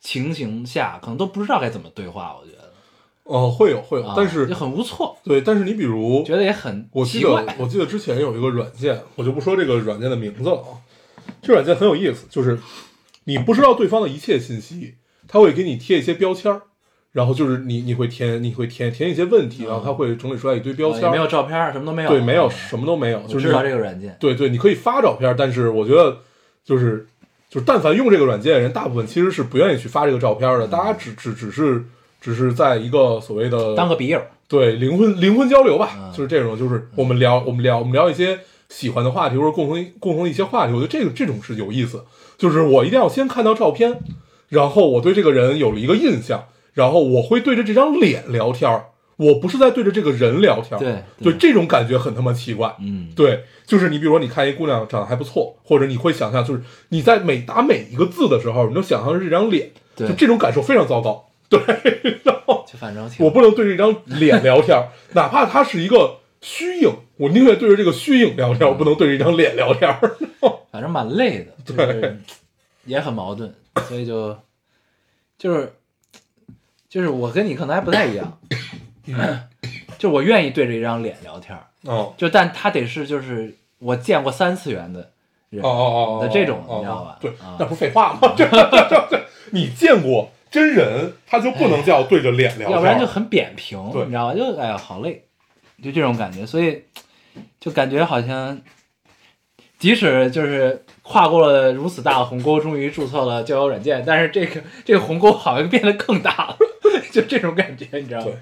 Speaker 3: 情形下，可能都不知道该怎么对话。我觉得，
Speaker 2: 呃，会有会有
Speaker 3: 啊，、
Speaker 2: 但是
Speaker 3: 就很无措，
Speaker 2: 对，但是你比如，
Speaker 3: 觉得也很
Speaker 2: 我记
Speaker 3: 奇
Speaker 2: 得
Speaker 3: 怪。
Speaker 2: 我记得之前有一个软件，我就不说这个软件的名字了啊。这软件很有意思，就是你不知道对方的一切信息，它会给你贴一些标签儿，然后就是你你会填你会填填一些问题，然后它会整理出来一堆标
Speaker 3: 呃哦
Speaker 2: 签
Speaker 3: 也
Speaker 2: 儿，
Speaker 3: 没有照片，什么都没有。啊
Speaker 2: 对，没有什么都没有，
Speaker 3: 我
Speaker 2: 就是
Speaker 3: 知道
Speaker 2: 你
Speaker 3: 这个软件。
Speaker 2: 对对，你可以发照片，但是我觉得就是就是，但凡用这个软件的人，大部分其实是不愿意去发这个照片的，大家只只只是只是在一个所谓的
Speaker 3: 当个笔友，
Speaker 2: 对灵魂灵魂交流吧，
Speaker 3: 嗯
Speaker 2: 就是这种，就是我们聊我们聊我们聊一些喜欢的话题，或者共同共同一些话题，我觉得这个这种是有意思。就是我一定要先看到照片，然后我对这个人有了一个印象，然后我会对着这张脸聊天儿，我不是在对着这个人聊天儿。
Speaker 3: 对
Speaker 2: 对，
Speaker 3: 对
Speaker 2: 这种感觉很他妈奇怪。
Speaker 3: 嗯，
Speaker 2: 对，就是你比如说，你看一姑娘长得还不错，或者你会想象，就是你在每打每一个字的时候，你都想象是这张脸，
Speaker 3: 对
Speaker 2: 就这种感受非常糟糕。对，然后
Speaker 3: 就反正挺
Speaker 2: 我不能对着一张脸聊天儿，哪怕它是一个虚影，我宁愿对着这个虚影聊天儿，我不能对着一张脸聊天儿。
Speaker 3: 反正蛮累的，就是也很矛盾，所以就就是就是我跟你可能还不太一 样，就我愿意对着一张脸聊天儿，
Speaker 2: 哦
Speaker 3: 就但他得是就是我见过三次元的人，
Speaker 2: 哦哦哦
Speaker 3: 的这种
Speaker 2: 哦
Speaker 3: 你知道吧
Speaker 2: 对
Speaker 3: 啊，
Speaker 2: 那不是废 话吗？这这这这，你见过真人，他就不能叫对着脸聊天儿，
Speaker 3: 要不然就很扁平，
Speaker 2: 对
Speaker 3: 你知道吧？就哎呀好累，就这种感觉，所以就感觉好像。即使就是跨过了如此大的鸿沟，终于注册了交友软件，但是这个 这个鸿沟好像变得更大了， 就这种感觉，你知道吗？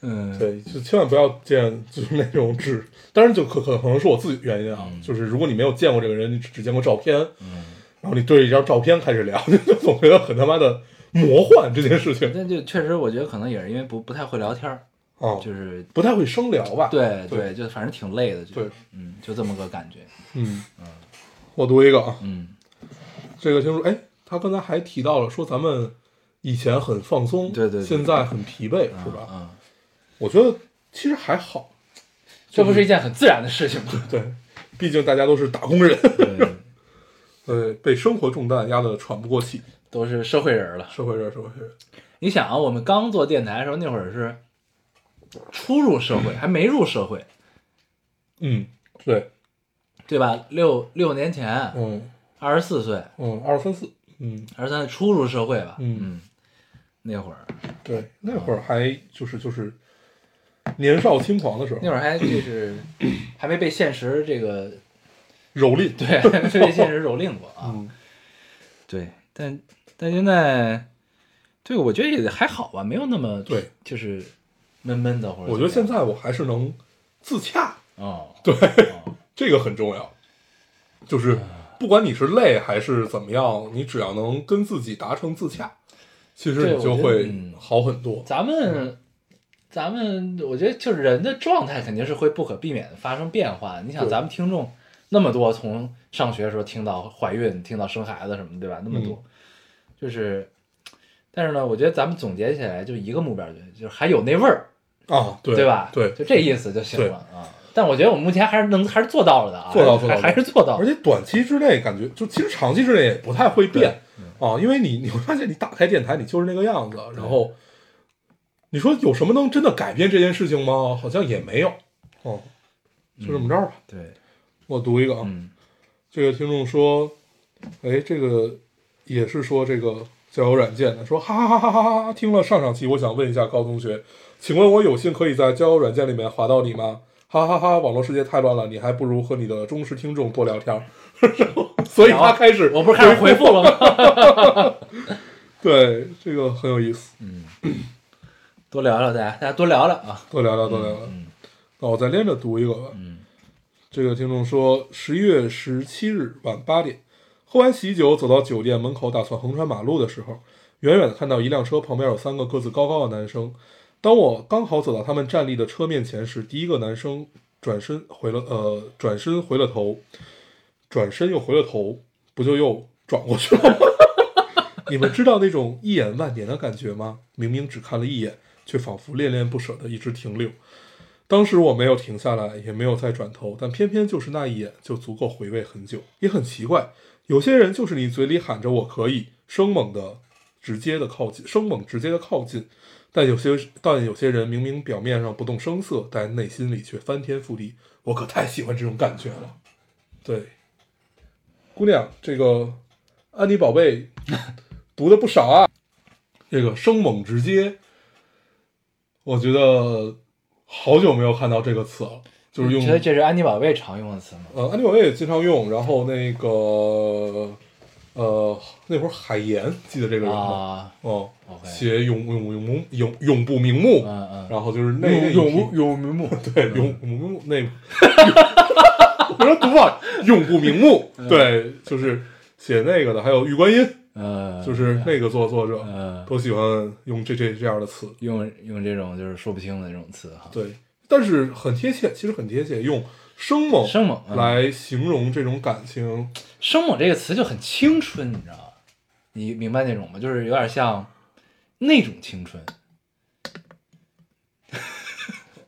Speaker 3: 嗯，
Speaker 2: 对，就千万不要见，就是那种只，当然就可可可能是我自己原因啊，
Speaker 3: 嗯
Speaker 2: 就是如果你没有见过这个人，你只只见过照片，然后你对着一张照片开始聊， 就总觉得很他妈的魔幻这件事情
Speaker 3: 那就确实，我觉得可能也是因为不不太会聊天儿，
Speaker 2: 啊，
Speaker 3: 就是
Speaker 2: 不太会生聊吧？
Speaker 3: 对
Speaker 2: 对
Speaker 3: 就反正挺累的，就
Speaker 2: 对，
Speaker 3: 嗯，就这么个感觉，
Speaker 2: 嗯，我读一个啊，
Speaker 3: 嗯，
Speaker 2: 这个听说，哎，他刚才还提到了说咱们以前很放松，
Speaker 3: 对对对
Speaker 2: 现在很疲惫，是吧？
Speaker 3: 嗯，
Speaker 2: 我觉得其实还好，
Speaker 3: 这不是一件很自然的事情 吗？
Speaker 2: 对，毕竟大家都是打工人，
Speaker 3: 对，
Speaker 2: 呃，被生活重担压得喘不过气，
Speaker 3: 都是社会人了。
Speaker 2: 社会人，社会人。
Speaker 3: 你想啊，我们刚做电台的时候，那会儿是初入社会，还没入社会，
Speaker 2: 嗯，对，
Speaker 3: 对吧？六六年前，
Speaker 2: 嗯
Speaker 3: 二十四岁，
Speaker 2: 嗯，二三四，嗯，
Speaker 3: 二十三岁初入社会吧，
Speaker 2: 嗯
Speaker 3: 嗯，那会儿
Speaker 2: 对，那会儿还就是就是年少轻狂的时候
Speaker 3: 那，会儿还就是还没被现实这个
Speaker 2: 蹂躏，
Speaker 3: 对，还没被现实蹂躏过啊，
Speaker 2: 嗯，
Speaker 3: 对，但但现在，对我觉得也还好吧，没有那么
Speaker 2: 对，
Speaker 3: 就是闷闷的或者
Speaker 2: 我觉得
Speaker 3: 怎
Speaker 2: 现
Speaker 3: 么
Speaker 2: 在我还是能自洽，
Speaker 3: 样哦，
Speaker 2: 对，
Speaker 3: 哦
Speaker 2: 这个很重要，就是不管你是累还是怎么样，你只要能跟自己达成自洽，其实
Speaker 3: 对
Speaker 2: 你就
Speaker 3: 我觉得
Speaker 2: 会
Speaker 3: 嗯
Speaker 2: 好很多。
Speaker 3: 咱
Speaker 2: 嗯
Speaker 3: 们咱们我觉得就是人的状态肯定是会不可避免的发生变化。你想
Speaker 2: 对
Speaker 3: 咱们听众那么多，从上学的时候听到怀孕，听到生孩子什么，对吧？那么
Speaker 2: 嗯
Speaker 3: 多，就是，但是呢，我觉得咱们总结起来就一个目标，就就是还有那味儿。
Speaker 2: 啊，对
Speaker 3: 对吧？
Speaker 2: 对，
Speaker 3: 就这意思就行了啊。但我觉得我们目前还是能，还是做到了的啊，
Speaker 2: 做到做
Speaker 3: 还
Speaker 2: 到
Speaker 3: 还是做到了。
Speaker 2: 而且短期之内感觉就其实长期之内也不太会变
Speaker 3: 嗯
Speaker 2: 啊，因为你你会发现你打开电台你就是那个样子，然后你说有什么能真的改变这件事情吗？好像也没有。哦，就这么着吧。
Speaker 3: 对，
Speaker 2: 我读一个啊，
Speaker 3: 嗯
Speaker 2: 这个听众说，哎，这个也是说这个交友软件的，说哈哈哈哈哈哈！听了上上期，我想问一下高同学，请问我有幸可以在交友软件里面滑到你吗？哈哈哈哈！网络世界太乱了，你还不如和你的忠实听众多聊天儿。 所以他开始，
Speaker 3: 啊嗯我不是开始回复了 吗？
Speaker 2: 对这个很有意思，
Speaker 3: 多聊聊大家，大家多聊聊啊。
Speaker 2: 多聊聊，多聊聊。那我再连着读一个吧。
Speaker 3: 嗯
Speaker 2: 这个听众说，十月十七日晚八点，喝完喜酒走到酒店门口，打算横穿马路的时候，远远的看到一辆车旁边有三个个子高高的男生。当我刚好走到他们站立的车面前时，第一个男生转身回了，呃，转身回了头，转身又回了头，不就又转过去了吗？你们知道那种一眼万年的感觉吗？明明只看了一眼，却仿佛恋恋不舍的一直停留。当时我没有停下来，也没有再转头，但偏偏就是那一眼就足够回味很久。也很奇怪，有些人就是你嘴里喊着“我可以”，生猛的、直接的靠近，生猛直接的靠近；但有些但有些人明明表面上不动声色，但内心里却翻天覆地。我可太喜欢这种感觉了。对，姑娘，这个安妮宝贝读的不少啊。这个生猛直接，我觉得好久没有看到这个词了，就是用
Speaker 3: 你觉得这是安妮宝贝常用的词吗？
Speaker 2: 呃，安妮宝贝也经常用，然后那个呃，那会儿海岩记得这个人吗？
Speaker 3: 啊，
Speaker 2: 哦、
Speaker 3: OK
Speaker 2: 写永永永永永永不瞑目，
Speaker 3: 嗯嗯
Speaker 2: 然后就是那那一批
Speaker 3: 永明目，
Speaker 2: 对永
Speaker 3: 嗯
Speaker 2: 永不瞑目那，我说读吧，永不瞑目，对，就是写那个的，还有玉观音，
Speaker 3: 嗯，
Speaker 2: 就是那个作作者，
Speaker 3: 嗯，
Speaker 2: 都喜欢用这这这样的词，
Speaker 3: 用用这种就是说不清的这种词哈，
Speaker 2: 对，但是很贴切，其实很贴切，用生猛
Speaker 3: 生猛嗯
Speaker 2: 来形容这种感情，
Speaker 3: 生猛这个词就很青春，你知道吗？你明白那种吗？就是有点像那种青春。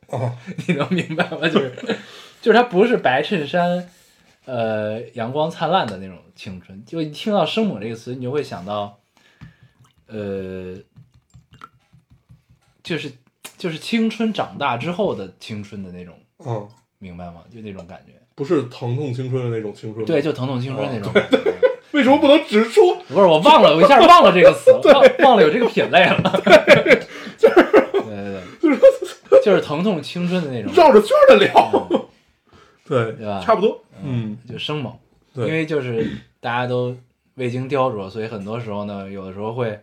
Speaker 2: 哦，
Speaker 3: 你能明白吗？就是就是它不是白衬衫，呃，阳光灿烂的那种青春。就一听到“生猛”这个词，你就会想到，呃，就是就是青春长大之后的青春的那种，
Speaker 2: 嗯。
Speaker 3: 明白吗？就那种感觉。
Speaker 2: 不是疼痛青春的那种青春。
Speaker 3: 对，，就疼痛青春那种感觉。
Speaker 2: 为什么不能直出？
Speaker 3: 不是我忘了，我一下忘了这个 词，忘忘了有这个品类了。对，对对对，就是疼痛青春的那种，
Speaker 2: 绕着圈的聊？对，
Speaker 3: 嗯对吧
Speaker 2: 差不多。嗯，
Speaker 3: 就生 猛。
Speaker 2: 对，
Speaker 3: 因为就是大家都未经雕琢，所以很多时候呢，有的时候会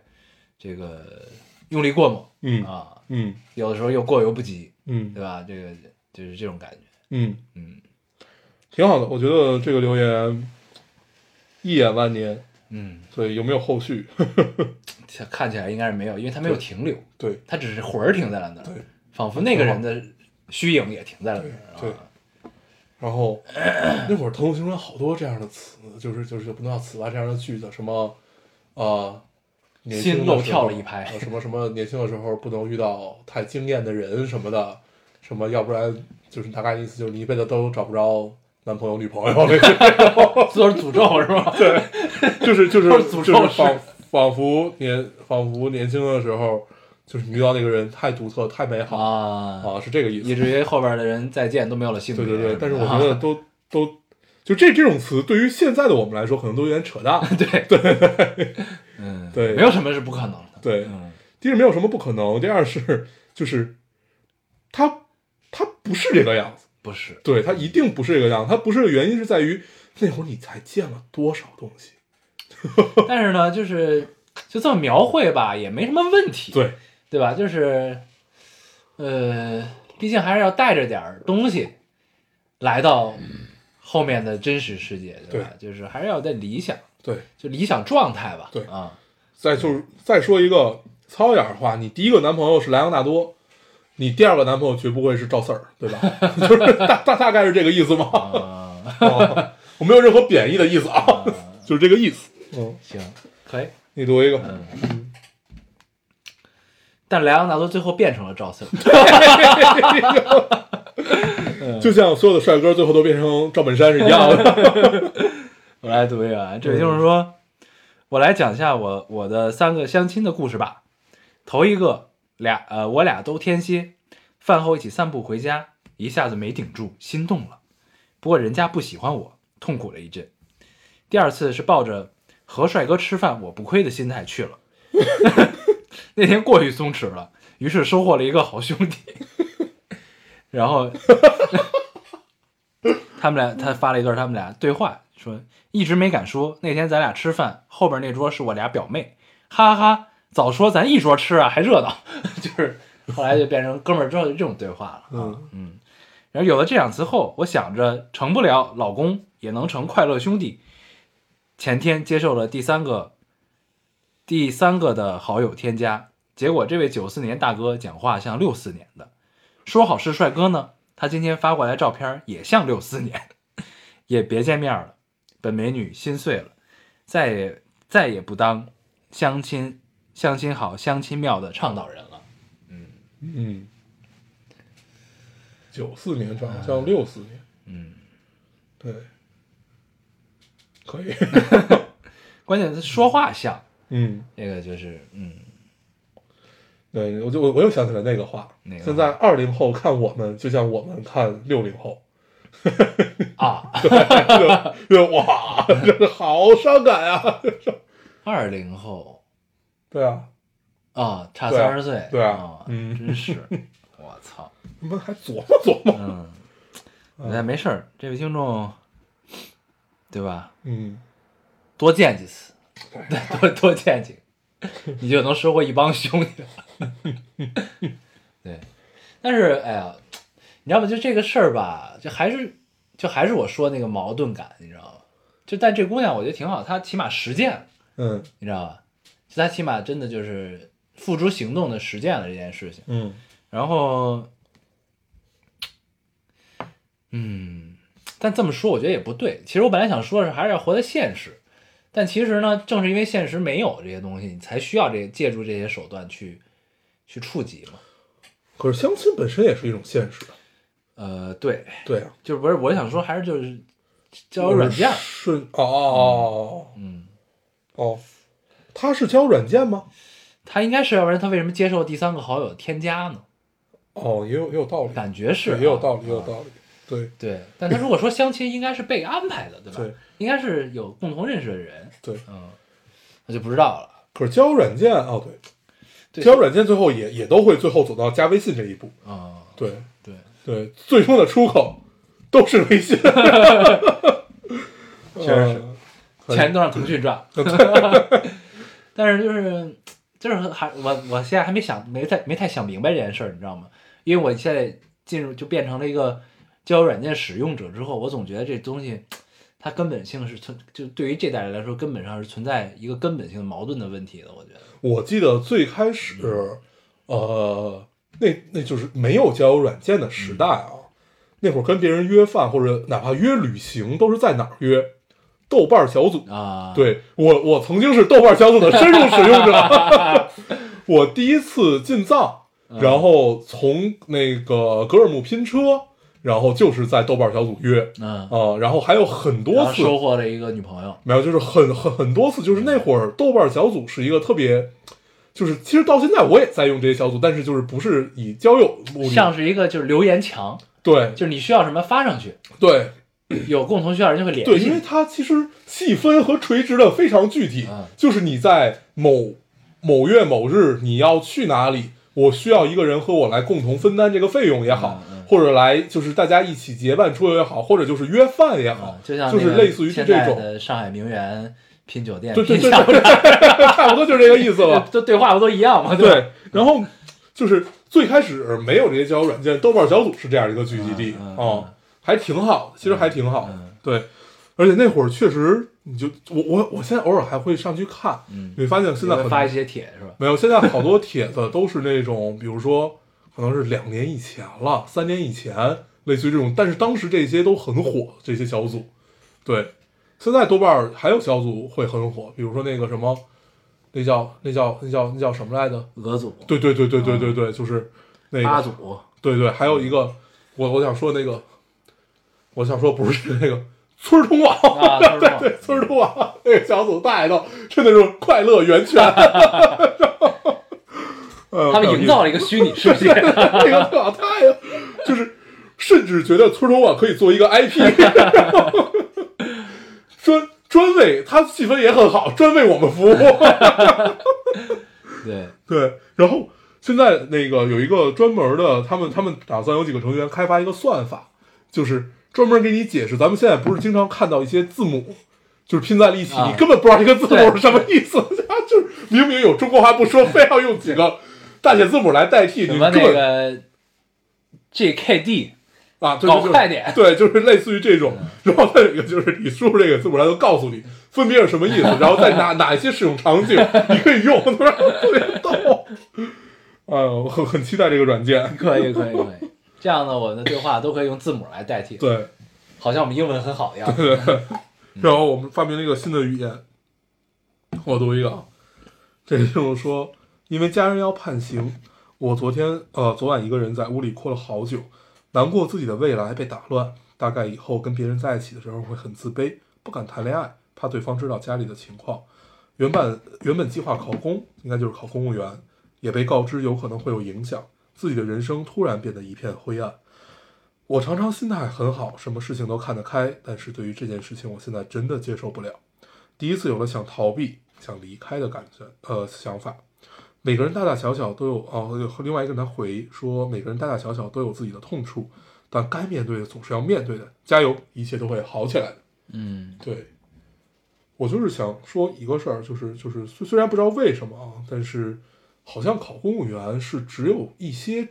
Speaker 3: 这个用力过猛
Speaker 2: 嗯
Speaker 3: 啊，
Speaker 2: 嗯
Speaker 3: 有的时候又过犹不及，
Speaker 2: 嗯
Speaker 3: 对吧？这个就是这种感觉。
Speaker 2: 嗯
Speaker 3: 嗯，
Speaker 2: 挺好的。我觉得这个留言一眼万年。
Speaker 3: 嗯，
Speaker 2: 对，有没有后续？
Speaker 3: 他看起来应该是没有，因为他没有停留，
Speaker 2: 对，
Speaker 3: 他只是魂儿停在了那
Speaker 2: 对
Speaker 3: 儿，仿佛那个人的虚影也停在了那儿
Speaker 2: 对对
Speaker 3: 啊。
Speaker 2: 然后那会儿疼痛青春好多这样的词，就是就是就不能叫词吧，这样的句子，什么啊，年轻的
Speaker 3: 心漏
Speaker 2: 时候
Speaker 3: 跳了一拍
Speaker 2: 呃什么什么年轻的时候不能遇到太惊艳的人什么的，什么要不然就是大概意思就是你一辈子都找不着男朋友女朋友，
Speaker 3: 都是诅咒是吧？ 对，
Speaker 2: 就是就是
Speaker 3: 都是诅咒
Speaker 2: 就是
Speaker 3: 式
Speaker 2: 仿仿佛年仿佛年轻的时候，就是你遇到那个人太独特太美好
Speaker 3: 啊，
Speaker 2: 啊，是这个意思
Speaker 3: 以。至于后边的人再见都没有了性别
Speaker 2: 对
Speaker 3: 什
Speaker 2: 对
Speaker 3: 么的啊。
Speaker 2: 对，但是我觉得都、都就这这种词，对于现在的我们来说，可能都有点扯淡。
Speaker 3: 对对，嗯，
Speaker 2: 对
Speaker 3: 没有什么是不可能的。
Speaker 2: 对，
Speaker 3: 嗯，
Speaker 2: 第一是没有什么不可能，第二是就是他他不是这个样子，
Speaker 3: 不是，
Speaker 2: 对他一定不是这个样子，他不是的原因是在于那会儿你才见了多少东西，
Speaker 3: 但是呢，就是就这么描绘吧，也没什么问题，
Speaker 2: 对
Speaker 3: 对吧？就是，呃，毕竟还是要带着点儿东西来到后面的真实世界，吧？就是还是要有点理想，
Speaker 2: 对。
Speaker 3: 就理想状态吧。
Speaker 2: 对
Speaker 3: 啊，
Speaker 2: 再就是再说一个糙一点的话，你第一个男朋友是莱昂纳多，你第二个男朋友绝不会是赵四儿，对吧？ 就是大大大概是这个意思吗？
Speaker 3: 啊， 嗯
Speaker 2: 哦我没有任何贬义的意思啊，就是这个意思。嗯，
Speaker 3: 行，可以。
Speaker 2: 你读一个，
Speaker 3: 但莱昂纳多最后变成了赵四 儿，
Speaker 2: 就像所有的帅哥最后都变成赵本山是一样 的。
Speaker 3: 我来读一个啊，这也就是说，我来讲一下我我的三个相亲的故事吧。头一个俩呃，我俩都天蝎，饭后一起散步回家，一下子没顶住，心动了，不过人家不喜欢我，痛苦了一阵。第二次是抱着和帅哥吃饭我不亏的心态去了， 那天过于松弛了，于是收获了一个好兄弟。然后他们俩，他发了一段他们俩对话，说一直没敢说。那天咱俩吃饭，后边那桌是我俩表妹，哈哈哈！早说咱一桌吃啊，还热闹。 就是后来就变成哥们儿之后就这种对话了。
Speaker 2: 嗯
Speaker 3: 嗯，然后有了这两次后，我想着成不了老公也能成快乐兄弟。前天接受了第三个第三个的好友添加，结果这位九四年大哥讲话像六四年的，说好是帅哥呢，他今天发过来照片也像六四年， 也别见面了，本美女心碎了，再也再也不当相亲相亲好相亲妙的倡导人了。
Speaker 2: 嗯，九四年长得像六四年，
Speaker 3: 嗯，
Speaker 2: 对，可以，
Speaker 3: 关键他说话像，
Speaker 2: 嗯，
Speaker 3: 这个就是嗯。
Speaker 2: 对，我就我我又想起来那个话
Speaker 3: 哪个，话
Speaker 2: 现在二零后看我们就像我们看六零后，
Speaker 3: 啊，
Speaker 2: 对对，哇，真是好伤感啊！
Speaker 3: 二零后
Speaker 2: 对啊，
Speaker 3: 啊，差
Speaker 2: 对啊
Speaker 3: 三十岁，
Speaker 2: 对啊
Speaker 3: 啊，
Speaker 2: 嗯
Speaker 3: 真是，我 操，
Speaker 2: 你们还琢磨琢磨，
Speaker 3: 嗯，那没事儿，这位听众，对吧？
Speaker 2: 嗯，
Speaker 3: 多见几次，对，多多见几个，你就能收获一帮兄弟了。对，但是哎呀，你知道吗？就这个事儿吧，就还是就还是我说那个矛盾感，你知道吗？就但这姑娘我觉得挺好，她起码实践了。
Speaker 2: 嗯
Speaker 3: 你知道吧？就他起码真的就是付诸行动的实践了这件事情。
Speaker 2: 嗯
Speaker 3: 然后，嗯，但这么说我觉得也不对。其实我本来想说的是，还是要活在现实。但其实呢，正是因为现实没有这些东西，你才需要这借助这些手段去去触及嘛。
Speaker 2: 可是相亲本身也是一种现实，
Speaker 3: 呃，对，
Speaker 2: 对啊，
Speaker 3: 就是不是我想说，还是就是交友软件
Speaker 2: 我
Speaker 3: 儿
Speaker 2: 是，顺哦
Speaker 3: 嗯，
Speaker 2: 哦，他是交友软件吗？
Speaker 3: 他应该是，要不然他为什么接受第三个好友添加呢？
Speaker 2: 哦，也有也有道理，
Speaker 3: 感觉是、啊
Speaker 2: 也有道理，也有
Speaker 3: 理。
Speaker 2: 道理，对
Speaker 3: 对， 但他如果说相亲，应该是被安排的，对吧？
Speaker 2: 对
Speaker 3: 应该是有共同认识的人，
Speaker 2: 对。
Speaker 3: 嗯，我就不知道了。
Speaker 2: 可是交友软件哦，
Speaker 3: 对
Speaker 2: 对，交友软件最后也也都会最后走到加微信这一步，
Speaker 3: 嗯，
Speaker 2: 对
Speaker 3: 对，
Speaker 2: 对，最终的出口都是 微信，
Speaker 3: 确实
Speaker 2: 嗯可以
Speaker 3: 钱都让腾讯赚。 但是就是就是还我我现在还没想没太没太想明白这件事儿，你知道吗？因为我现在进入就变成了一个交友软件使用者之后，我总觉得这东西它根本性是存就对于这代人来说，根本上是存在一个根本性矛盾的问题的。我觉得，
Speaker 2: 我记得最开始，
Speaker 3: 嗯
Speaker 2: 呃，那那就是没有交友软件的时代啊，
Speaker 3: 嗯
Speaker 2: 那会儿跟别人约饭或者哪怕约旅行，都是在哪儿约？豆瓣小组。
Speaker 3: 啊，，
Speaker 2: 对我，我曾经是豆瓣小组的深入使用 者。我第一次进藏，
Speaker 3: 嗯
Speaker 2: 然后从那个格尔木拼车，然后就是在豆瓣小组约
Speaker 3: 嗯，
Speaker 2: 啊、然后还有很
Speaker 3: 然
Speaker 2: 多
Speaker 3: 后
Speaker 2: 次
Speaker 3: 收获了一个女朋友，
Speaker 2: 没有，就是很很很多次，就是那会儿豆瓣小组是一个特别，就是其实到现在我也在用这些小组，但是就是不是以交友目
Speaker 3: 像
Speaker 2: 的，
Speaker 3: 是一个就是留言墙，
Speaker 2: 对
Speaker 3: 就是你需要什么发 上去，
Speaker 2: 对
Speaker 3: 有共同需要人就会联
Speaker 2: 对，因为
Speaker 3: 系。
Speaker 2: 它其实细分和垂直的非常具体
Speaker 3: 嗯，
Speaker 2: 就是你在某某月某日你要去哪里，我需要一个人和我来共同分担这个费用也好
Speaker 3: 嗯嗯，
Speaker 2: 或者来就是大家一起结伴出游也好，或者就是约饭也好
Speaker 3: 嗯，就像
Speaker 2: 就
Speaker 3: 那
Speaker 2: 是
Speaker 3: 个
Speaker 2: 类似于是
Speaker 3: 现
Speaker 2: 这
Speaker 3: 在
Speaker 2: 种，
Speaker 3: 的上海名媛拼酒店、
Speaker 2: 对对
Speaker 3: 拼
Speaker 2: 对
Speaker 3: 小
Speaker 2: 对， 差不多就是这个意思吧。
Speaker 3: 这对话不都一样吗？吧
Speaker 2: 对，然后就是最开始没有这些交友软件，豆瓣小组是这样一个聚集地
Speaker 3: 嗯嗯
Speaker 2: 啊，还挺好的，其实还挺好的
Speaker 3: 嗯。
Speaker 2: 对，而且那会儿确实，你就我我我现在偶尔还会上去看，
Speaker 3: 嗯
Speaker 2: 你会发现现在
Speaker 3: 也会
Speaker 2: 很
Speaker 3: 发一些帖是吧？
Speaker 2: 没有，现在好多帖子都是那种，比如说可能是两年以前了，三年以前，类似于这种，但是当时这些都很火，这些小组，对，现在豆瓣儿还有小组会很火，比如说那个什么，那叫那叫那叫那叫什么来着？
Speaker 3: 俄组、
Speaker 2: 对对对对对对对，就是那
Speaker 3: 嗯阿嗯
Speaker 2: 个，
Speaker 3: 组，
Speaker 2: 哦对对，还有一个，我我想说那个，我想说不是那个村儿通网，
Speaker 3: 啊村儿通网
Speaker 2: 对对，村儿通网那个小组太逗，真的是快乐源泉。 呃
Speaker 3: 他们营造了一个虚拟世界。
Speaker 2: 这个特好太阳，就是甚至觉得村头网可以做一 个 IP，专专为他气氛也很好，专为我们服务。
Speaker 3: 对，
Speaker 2: 对，然后现在那个有一个专门的，他们他们打算有几个成员开发一个算法，就是专门给你解释。咱们现在不是经常看到一些字母，就是拼在了一起，
Speaker 3: 啊
Speaker 2: 你根本不知道这个字母
Speaker 3: 对
Speaker 2: 是什么意思， 他就是明明有中国话不说，非要用几个 大写字母来代替，
Speaker 3: 什
Speaker 2: 你
Speaker 3: 么
Speaker 2: 根
Speaker 3: 那
Speaker 2: 本、
Speaker 3: 个 JKD
Speaker 2: 啊，对
Speaker 3: 搞
Speaker 2: 对
Speaker 3: 快点嗯
Speaker 2: 对，就是类似于这种。然后再有一个就是你输入这个字母，它就告诉你分别是什么意思，然后在 哪哪一些使用场景你可以用，特别逗。哎呦，我很很期待这个软件。
Speaker 3: 可以可以可以，这样呢，我们的对话都可以用字母来代替，
Speaker 2: 对，
Speaker 3: 好像我们英文很好的样子。
Speaker 2: 然后我们发明了一个新的语言，我读一个啊，这个听众说，因为家人要判刑，我昨天呃昨晚一个人在屋里哭了好久，难过自己的未来被打乱，大概以后跟别人在一起的时候会很自卑，不敢谈恋爱，怕对方知道家里的情况。原本原本计划考公，应该就是考公务员，也被告知有可能会有影响，自己的人生突然变得一片灰暗。我常常心态很好，什么事情都看得开，但是对于这件事情，我现在真的接受不了。第一次有了想逃避、想离开的感觉，呃，想法。每个人大大小小都有哦，有另外一个人他回说，每个人大大小小都有自己的痛处，但该面对的总是要面对的，加油，一切都会好起来的。
Speaker 3: 嗯，
Speaker 2: 对，我就是想说一个事儿，就是就是虽虽然不知道为什么啊，但是好像考公务员是只有一些，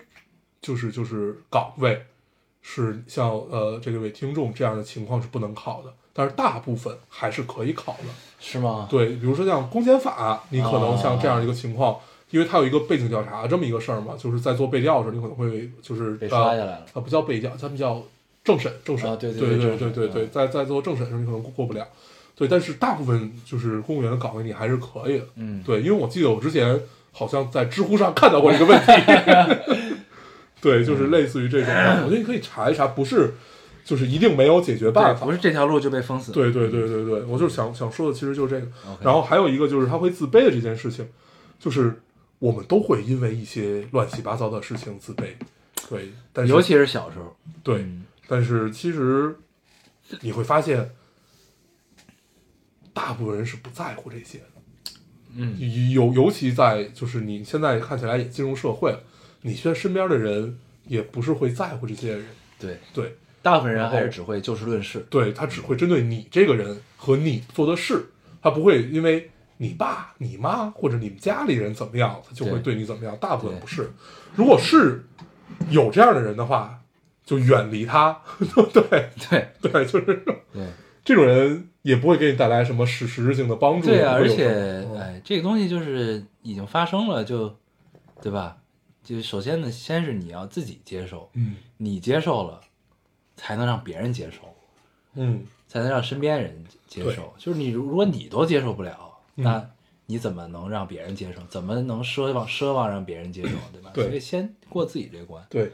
Speaker 2: 就是就是岗位是像呃这个位听众这样的情况是不能考的，但是大部分还是可以考的。
Speaker 3: 是吗？
Speaker 2: 对，比如说像公检法，你可能像这样一个情
Speaker 3: 哦
Speaker 2: 况。因为它有一个背景调查这么一个事儿嘛，就是在做背调的时候，你可能会就是
Speaker 3: 被刷下来了
Speaker 2: 呃，它不叫背调，他们叫政审，政审，
Speaker 3: 啊对
Speaker 2: 对
Speaker 3: 对对
Speaker 2: 对
Speaker 3: 政审
Speaker 2: 对对，
Speaker 3: 嗯
Speaker 2: 在在做政审的时候，你可能过不了，对，但是大部分就是公务员的岗位你还是可以的，
Speaker 3: 嗯，
Speaker 2: 对，因为我记得我之前好像在知乎上看到过这个问题， 对，就是
Speaker 3: 嗯
Speaker 2: 类似于这种，我觉得你可以查一查，不是，就是一定没有解决办
Speaker 3: 对，
Speaker 2: 法
Speaker 3: 不，是这条路就被封死。
Speaker 2: 对对对对对，我就是想想说的其实就是这个，
Speaker 3: OK，
Speaker 2: 然后还有一个就是他会自卑的这件事情，就是我们都会因为一些乱七八糟的事情自卑，对，但是
Speaker 3: 尤其是小时候，
Speaker 2: 对，
Speaker 3: 嗯
Speaker 2: 但是其实你会发现，大部分人是不在乎这些的。
Speaker 3: 嗯，
Speaker 2: 尤尤其在就是你现在看起来也进入社会了，你现在身边的人也不是会在乎这些人，
Speaker 3: 对，
Speaker 2: 对
Speaker 3: 大部分人还是只会就事论事。
Speaker 2: 对，他只会针对你这个人和你做的事，他不会因为你爸、你妈或者你们家里人怎么样，他就会
Speaker 3: 对
Speaker 2: 对你怎么样。大部分
Speaker 3: 对
Speaker 2: 不是，如果是有这样的人的话，就远离他。 对
Speaker 3: 对
Speaker 2: 对，就是
Speaker 3: 对
Speaker 2: 这种人也不会给你带来什么实实质性的帮助。
Speaker 3: 对啊，
Speaker 2: 也不
Speaker 3: 而
Speaker 2: 会有
Speaker 3: 且
Speaker 2: 什么嗯
Speaker 3: 哎，这个东西就是已经发生了，就对吧？就首先呢，先是你要自己接受，
Speaker 2: 嗯
Speaker 3: 你接受了，才能让别人接受，
Speaker 2: 嗯，
Speaker 3: 才能让身边人接受。就是你如如果你都接受不了，
Speaker 2: 嗯
Speaker 3: 那你怎么能让别人接受？怎么能奢望奢望让别人接受，对吧？
Speaker 2: 对
Speaker 3: 所以先过自己这关，
Speaker 2: 对，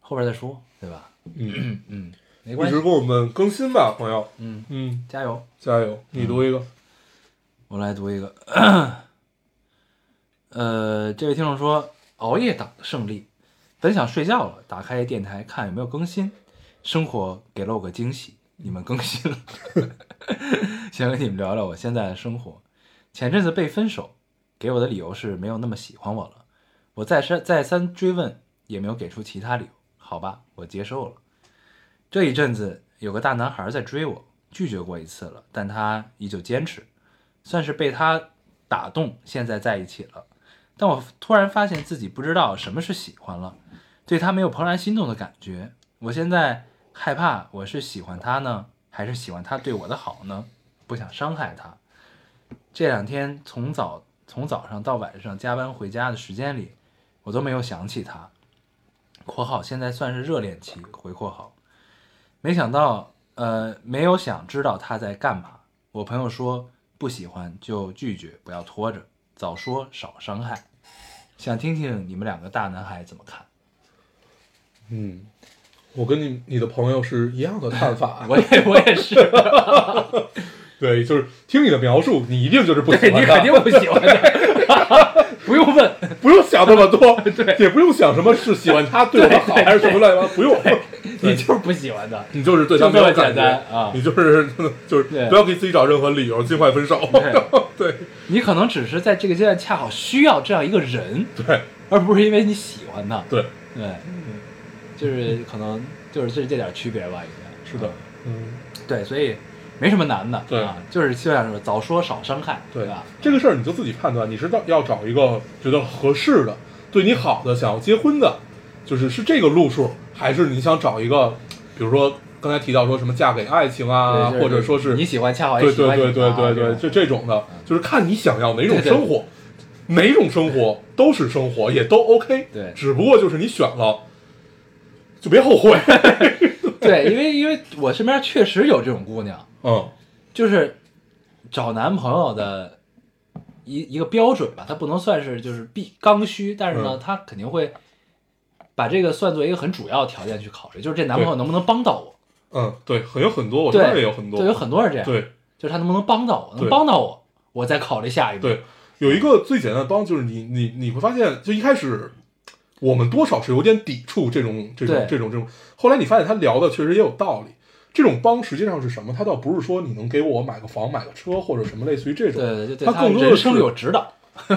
Speaker 3: 后边再说，对吧？
Speaker 2: 嗯。
Speaker 3: 嗯，没
Speaker 2: 一
Speaker 3: 关系
Speaker 2: 直，给我们更新吧，朋友。
Speaker 3: 嗯，
Speaker 2: 嗯，
Speaker 3: 加油。
Speaker 2: 加油！你读一个，
Speaker 3: 我来读一个， 呃，这位听众说熬夜党的胜利，本想睡觉了，打开电台看有没有更新，生活给了我个惊喜，你们更新了， 想跟你们聊聊我现在的生活。前阵子被分手，给我的理由是没有那么喜欢我了，我再三再三追问，也没有给出其他理由，好吧，我接受了。这一阵子有个大男孩在追我，拒绝过一次了，但他依旧坚持。算是被他打动，现在在一起了。但我突然发现自己不知道什么是喜欢了，对他没有怦然心动的感觉。我现在害怕，我是喜欢他呢，还是喜欢他对我的好呢？不想伤害他。这两天从早从早上到晚上加班回家的时间里，我都没有想起他。（括号现在算是热恋期，回括号）没想到，呃，没有想知道他在干嘛。我朋友说不喜欢就拒绝，不要拖着，早说少伤害。想听听你们两个大男孩怎么看？
Speaker 2: 嗯，我跟你你的朋友是一样的看 法。啊
Speaker 3: 我也我也 是，
Speaker 2: 对，就是听你的描述，你一定就是不喜
Speaker 3: 对
Speaker 2: 欢
Speaker 3: 你
Speaker 2: 他
Speaker 3: 肯定不喜欢的， 不用问。
Speaker 2: 不用想那么多，对，也不用想什么是喜欢他对我好还是什么乱七八糟，不用。
Speaker 3: 你就是不喜欢他，
Speaker 2: 你就是对他
Speaker 3: 就
Speaker 2: 没
Speaker 3: 这
Speaker 2: 有
Speaker 3: 么
Speaker 2: 感
Speaker 3: 简
Speaker 2: 觉，
Speaker 3: 单啊
Speaker 2: 你！就是就是
Speaker 3: 对
Speaker 2: 不要给自己找任何理由，尽快分手。 对
Speaker 3: 你可能只是在这个阶段恰好需要这样一个人，
Speaker 2: 对
Speaker 3: 而不是因为你喜欢他。
Speaker 2: 对，
Speaker 3: 对，就是可能就是这这点区别吧，应该
Speaker 2: 是的，嗯，
Speaker 3: 对，所以没什么难的，
Speaker 2: 对
Speaker 3: 啊，就是希望什么早说少伤害，对啊
Speaker 2: 对
Speaker 3: 吧？
Speaker 2: 这个事儿你就自己判断，你是到要找一个觉得合适的、对你好的、想要结婚的，就是是这个路数，还是你想找一个，比如说刚才提到说什么嫁给爱情啊，
Speaker 3: 对就是
Speaker 2: 或者说是
Speaker 3: 你喜欢恰好也
Speaker 2: 对
Speaker 3: 喜
Speaker 2: 对
Speaker 3: 欢
Speaker 2: 对
Speaker 3: 你
Speaker 2: 对
Speaker 3: 啊
Speaker 2: 对对，
Speaker 3: 这种
Speaker 2: 这
Speaker 3: 嗯
Speaker 2: 这种的，就是看你想要哪种
Speaker 3: 对对
Speaker 2: 生活，哪种生活都是生活，也都 OK。
Speaker 3: 对
Speaker 2: 只不过就是你选了，就别后悔。
Speaker 3: 对，因为因为我身边确实有这种姑娘，
Speaker 2: 嗯，
Speaker 3: 就是找男朋友的一一个标准吧，她不能算是就是必刚需，但是呢，
Speaker 2: 嗯
Speaker 3: 她肯定会把这个算作一个很主要条件去考虑，就是这男朋友
Speaker 2: 对
Speaker 3: 能不能帮到我。
Speaker 2: 嗯，对，很有很多，我身边
Speaker 3: 对，
Speaker 2: 也有很多，
Speaker 3: 对，有很多人这样，
Speaker 2: 对
Speaker 3: 就是他能不能帮到我，能
Speaker 2: 对
Speaker 3: 帮到我，我再考虑下一步。
Speaker 2: 对，有一个最简单的帮就是你你你会发现，就一开始我们多少是有点抵触这种这种
Speaker 3: 对
Speaker 2: 这种这种，后来你发现他聊的确实也有道理。这种帮实际上是什么？他倒不是说你能给我买个房、买个车或者什么类似于这种，
Speaker 3: 对对对，对
Speaker 2: 他
Speaker 3: 他
Speaker 2: 更多的
Speaker 3: 人生
Speaker 2: 是
Speaker 3: 有指导，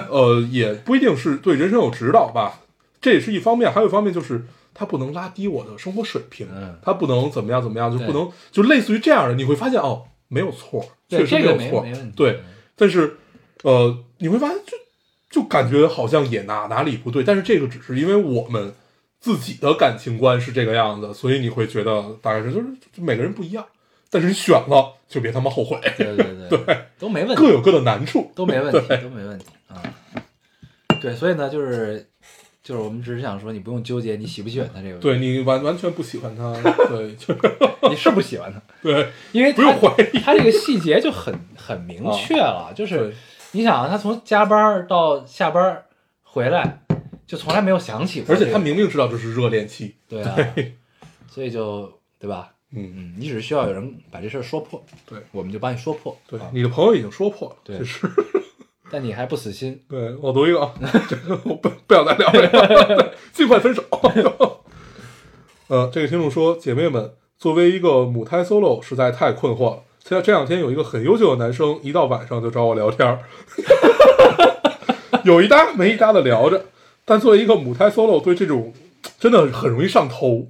Speaker 2: 呃，也不一定是对人生有指导吧，这也是一方面，还有一方面就是他不能拉低我的生活水平，
Speaker 3: 嗯
Speaker 2: 他不能怎么样怎么样，就
Speaker 3: 对
Speaker 2: 不能就类似于这样的，你会发现哦，没有错，
Speaker 3: 对
Speaker 2: 确实
Speaker 3: 这个
Speaker 2: 有
Speaker 3: 没
Speaker 2: 错，
Speaker 3: 没嗯问题
Speaker 2: 对，但是呃，你会发现就就感觉好像也哪哪里不对，但是这个只是因为我们自己的感情观是这个样子，所以你会觉得大概是就是就每个人不一样，但是你选了就别他妈后悔，
Speaker 3: 对对 对对，都没问
Speaker 2: 各
Speaker 3: 题，
Speaker 2: 有各的难处，
Speaker 3: 都没问题，都没问题啊。对，所以呢，就是就是我们只是想说，你不用纠结你喜不喜欢他这个，，
Speaker 2: 对你完完全不喜欢他，对， 就
Speaker 3: 你是不喜欢他，
Speaker 2: 对，
Speaker 3: 因为
Speaker 2: 不用
Speaker 3: 他
Speaker 2: 怀疑。啊
Speaker 3: 他这个细节就很很明确了，就是
Speaker 2: 对
Speaker 3: 你想啊，他从加班儿到下班儿回来，就从来没有想起过
Speaker 2: 而
Speaker 3: 这个，
Speaker 2: 且他明明知道这是热恋期，
Speaker 3: 对啊， 所以就对吧？
Speaker 2: 嗯，
Speaker 3: 嗯，你只需要有人把这事儿说破，
Speaker 2: 对
Speaker 3: 我们就帮你说破。
Speaker 2: 对
Speaker 3: 啊，
Speaker 2: 你的朋友已经说破了，
Speaker 3: 对
Speaker 2: 这是
Speaker 3: 但你还不死心，
Speaker 2: 对我读一个啊， 这个我不不想再聊了， 对尽快分手。呃，这个听众说，姐妹们，作为一个母胎 solo，实在太困惑了。现在这两天有一个很优秀的男生，一到晚上就找我聊天儿， 有一搭没一搭的聊着。但作为一个母胎 solo，对这种真的很容易上头。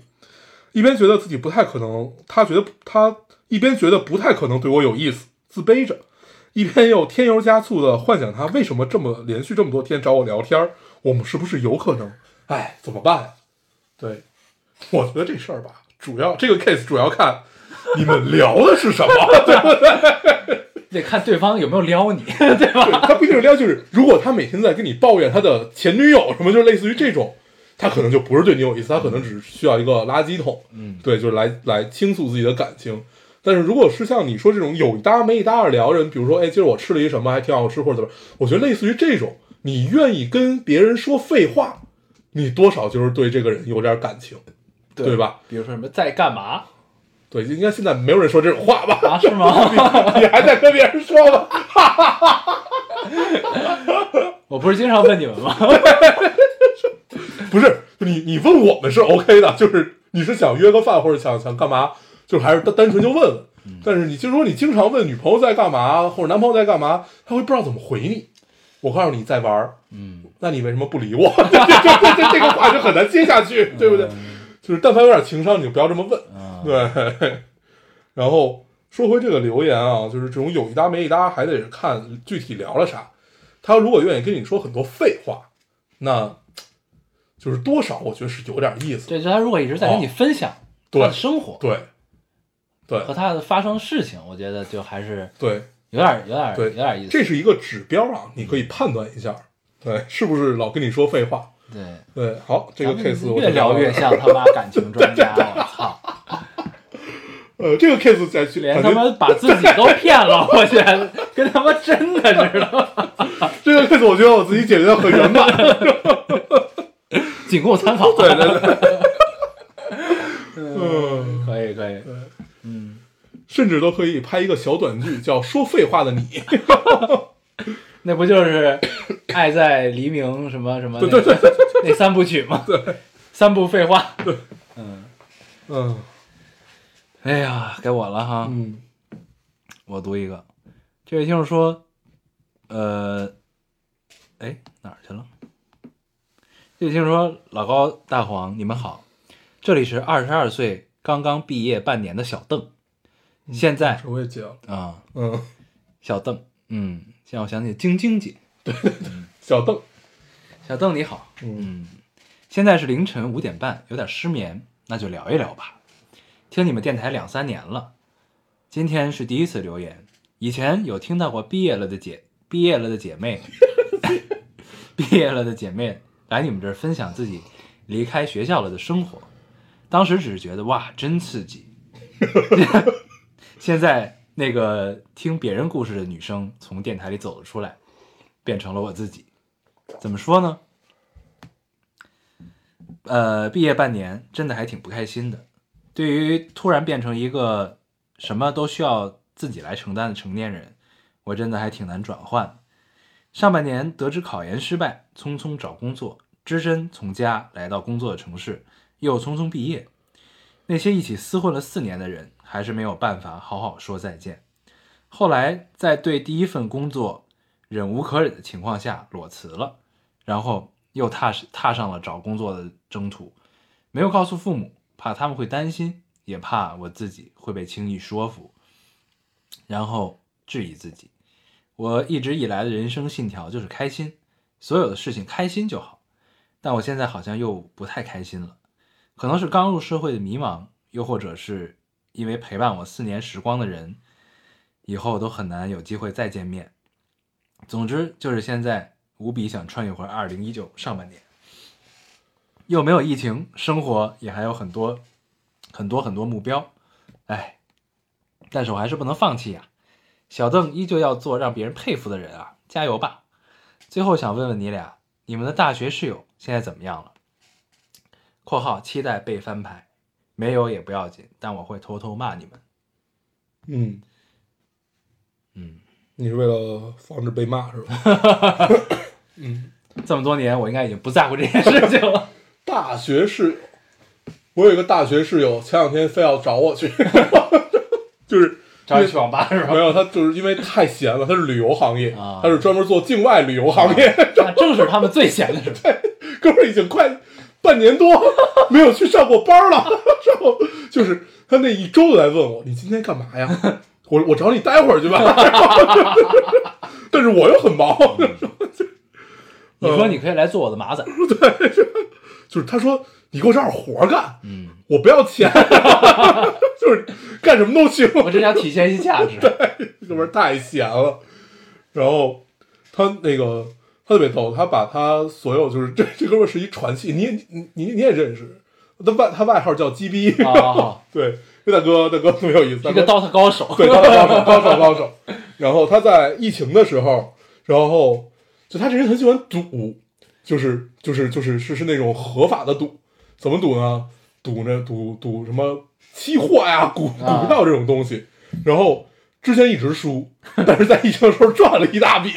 Speaker 2: 一边觉得自己不太可能，他觉得他一边觉得不太可能对我有意思，自卑着，一边又添油加醋的幻想他为什么这么连续这么多天找我聊天儿，我们是不是有可能？哎，怎么办呀？对，我觉得这事儿吧，主要这个 case 主要看你们聊的是什么， 对不对？
Speaker 3: 你得看对方有没有撩 你。
Speaker 2: 他不一定是撩，就是如果他每天在跟你抱怨他的前女友什么，就是类似于这种，他可能就不是对你有意思，他可能只是需要一个垃圾桶，
Speaker 3: 嗯，
Speaker 2: 对，就是来来倾诉自己的感情。但是如果是像你说这种有一搭没一搭的聊人，比如说，哎，今儿我吃了一什么，还挺好吃，或者怎么，我觉得类似于这种，你愿意跟别人说废话，你多少就是对这个人有点感情，
Speaker 3: 对
Speaker 2: 对吧？
Speaker 3: 比如说什么在干嘛
Speaker 2: 对，应该现在没有人说这种话吧？
Speaker 3: 啊？是吗？
Speaker 2: 你还在跟别人说吧？
Speaker 3: 我不是经常问你们吗？
Speaker 2: 不是你，你问我们是 OK 的，就是你是想约个饭或者想想干嘛，就是还是单单纯就问问。但是你就说你经常问女朋友在干嘛或者男朋友在干嘛，他会不知道怎么回你。我告诉你在玩儿，嗯，那你为什么不理我？ 这这这这个话就很难接下去，对不对？就是但凡有点情商，你就不要这么问。 对，然后说回这个留言啊，就是这种有一搭没一搭，还得是看具体聊了啥。他如果愿意跟你说很多废话，那就是多少我觉得是有点意思。
Speaker 3: 对，就他如果一直在跟你分享他
Speaker 2: 哦对
Speaker 3: 的生活
Speaker 2: 对，对，
Speaker 3: 和他的发生事情，我觉得就还是
Speaker 2: 对，
Speaker 3: 有点有点
Speaker 2: 对
Speaker 3: 有点意思。
Speaker 2: 这是一个指标啊，你可以判断一下，对，是不是老跟你说废话？
Speaker 3: 对，
Speaker 2: 对，好，这个
Speaker 3: 咱们
Speaker 2: case 我
Speaker 3: 越
Speaker 2: 就
Speaker 3: 聊越像他妈感情专 家，我操！
Speaker 2: 呃，这个 case 在
Speaker 3: 连
Speaker 2: 感
Speaker 3: 他
Speaker 2: 觉
Speaker 3: 妈把自己都骗了，我觉得跟他妈真的似的。
Speaker 2: 这个 case 我觉得我自己解决的很圆满。
Speaker 3: 仅供参考。
Speaker 2: 对对对，嗯，
Speaker 3: 可以可以，
Speaker 2: 甚至都可以拍一个小短剧，叫《说废话的你》。
Speaker 3: 那不就是 《爱在黎明》什么什么那
Speaker 2: 对对
Speaker 3: 那三部曲吗？对，三部废话。
Speaker 2: 嗯
Speaker 3: 哎呀，该我了哈，
Speaker 2: 嗯
Speaker 3: 我读一个。这位听众说，呃，哎，哪儿去了？这位听众说，老高、大黄，你们好，这里是二十二岁刚刚毕业半年的小邓，现在
Speaker 2: 这我也接了。
Speaker 3: 啊、
Speaker 2: 嗯，
Speaker 3: 小邓，嗯，现在我想起晶晶姐，
Speaker 2: 小邓，
Speaker 3: 小邓你好，
Speaker 2: 嗯
Speaker 3: 嗯，现在是凌晨五点半，有点失眠，那就聊一聊吧。听你们电台两三年了，今天是第一次留言，以前有听到过毕业了的姐，毕业了的姐妹， 毕业了的姐妹来你们这儿分享自己离开学校了的生活，当时只是觉得哇，真刺激。 现在那个听别人故事的女生从电台里走了出来，变成了我自己。怎么说呢？呃，毕业半年真的还挺不开心的。对于突然变成一个什么都需要自己来承担的成年人，我真的还挺难转换。上半年得知考研失败，匆匆找工作，只身从家来到工作的城市，又匆匆毕业。那些一起厮混了四年的人，还是没有办法好好说再见。后来在对第一份工作忍无可忍的情况下裸辞了，然后又踏实踏上了找工作的征途，没有告诉父母，怕他们会担心，也怕我自己会被轻易说服，然后质疑自己。我一直以来的人生信条就是开心，所有的事情开心就好，但我现在好像又不太开心了。可能是刚入社会的迷茫，又或者是因为陪伴我四年时光的人，以后都很难有机会再见面。总之，就是现在无比想穿越回二零一九上半年，又没有疫情，生活也还有很多很多很多目标，哎，但是我还是不能放弃呀、小邓依旧要做让别人佩服的人啊，加油吧！最后想问问你俩，你们的大学室友现在怎么样了？（括号期待被翻牌，没有也不要紧，但我会偷偷骂你们。
Speaker 2: 嗯，）
Speaker 3: 嗯，
Speaker 2: 你是为了防止被骂是吧？
Speaker 3: 这么多年我应该已经不在乎这件事情 了。
Speaker 2: 大学室友，我有一个大学室友，前两天非要找我去， 就是
Speaker 3: 找你去网吧是吧
Speaker 2: 没？有他，就是因为太闲了，他是旅游行业，
Speaker 3: 啊
Speaker 2: 他是专门做境外旅游行业，
Speaker 3: 那啊正是他们最闲的时候。
Speaker 2: 哥们儿已经快半年多没有去上过班了，然后就是他那一周都来问我，你今天干嘛呀？我我找你待会儿去吧，但是我又很忙，
Speaker 3: 你说你可以来做我的马仔，
Speaker 2: 就是他说你给我找点活儿干，
Speaker 3: 嗯，
Speaker 2: 我不要钱， 就是干什么都行，
Speaker 3: 我只想体现一下价值。
Speaker 2: 这边太闲了。然后他那个他特别逗，他把他所有就是这这哥们儿是一传奇，你也你你你也认识，他外他外号叫鸡逼，
Speaker 3: 啊，
Speaker 2: 对，这大哥大哥特别有意思，大
Speaker 3: 一
Speaker 2: 哥
Speaker 3: 个 DOTA 高手，
Speaker 2: 对高手高手高手高手。然后他在疫情的时候，然后就他这人很喜欢赌，就是就是就是是是那种合法的赌，怎么赌呢？赌那赌赌什么期货呀、股
Speaker 3: 啊
Speaker 2: 股票这种东西。然后之前一直输，但是在疫情的时候赚了一大笔，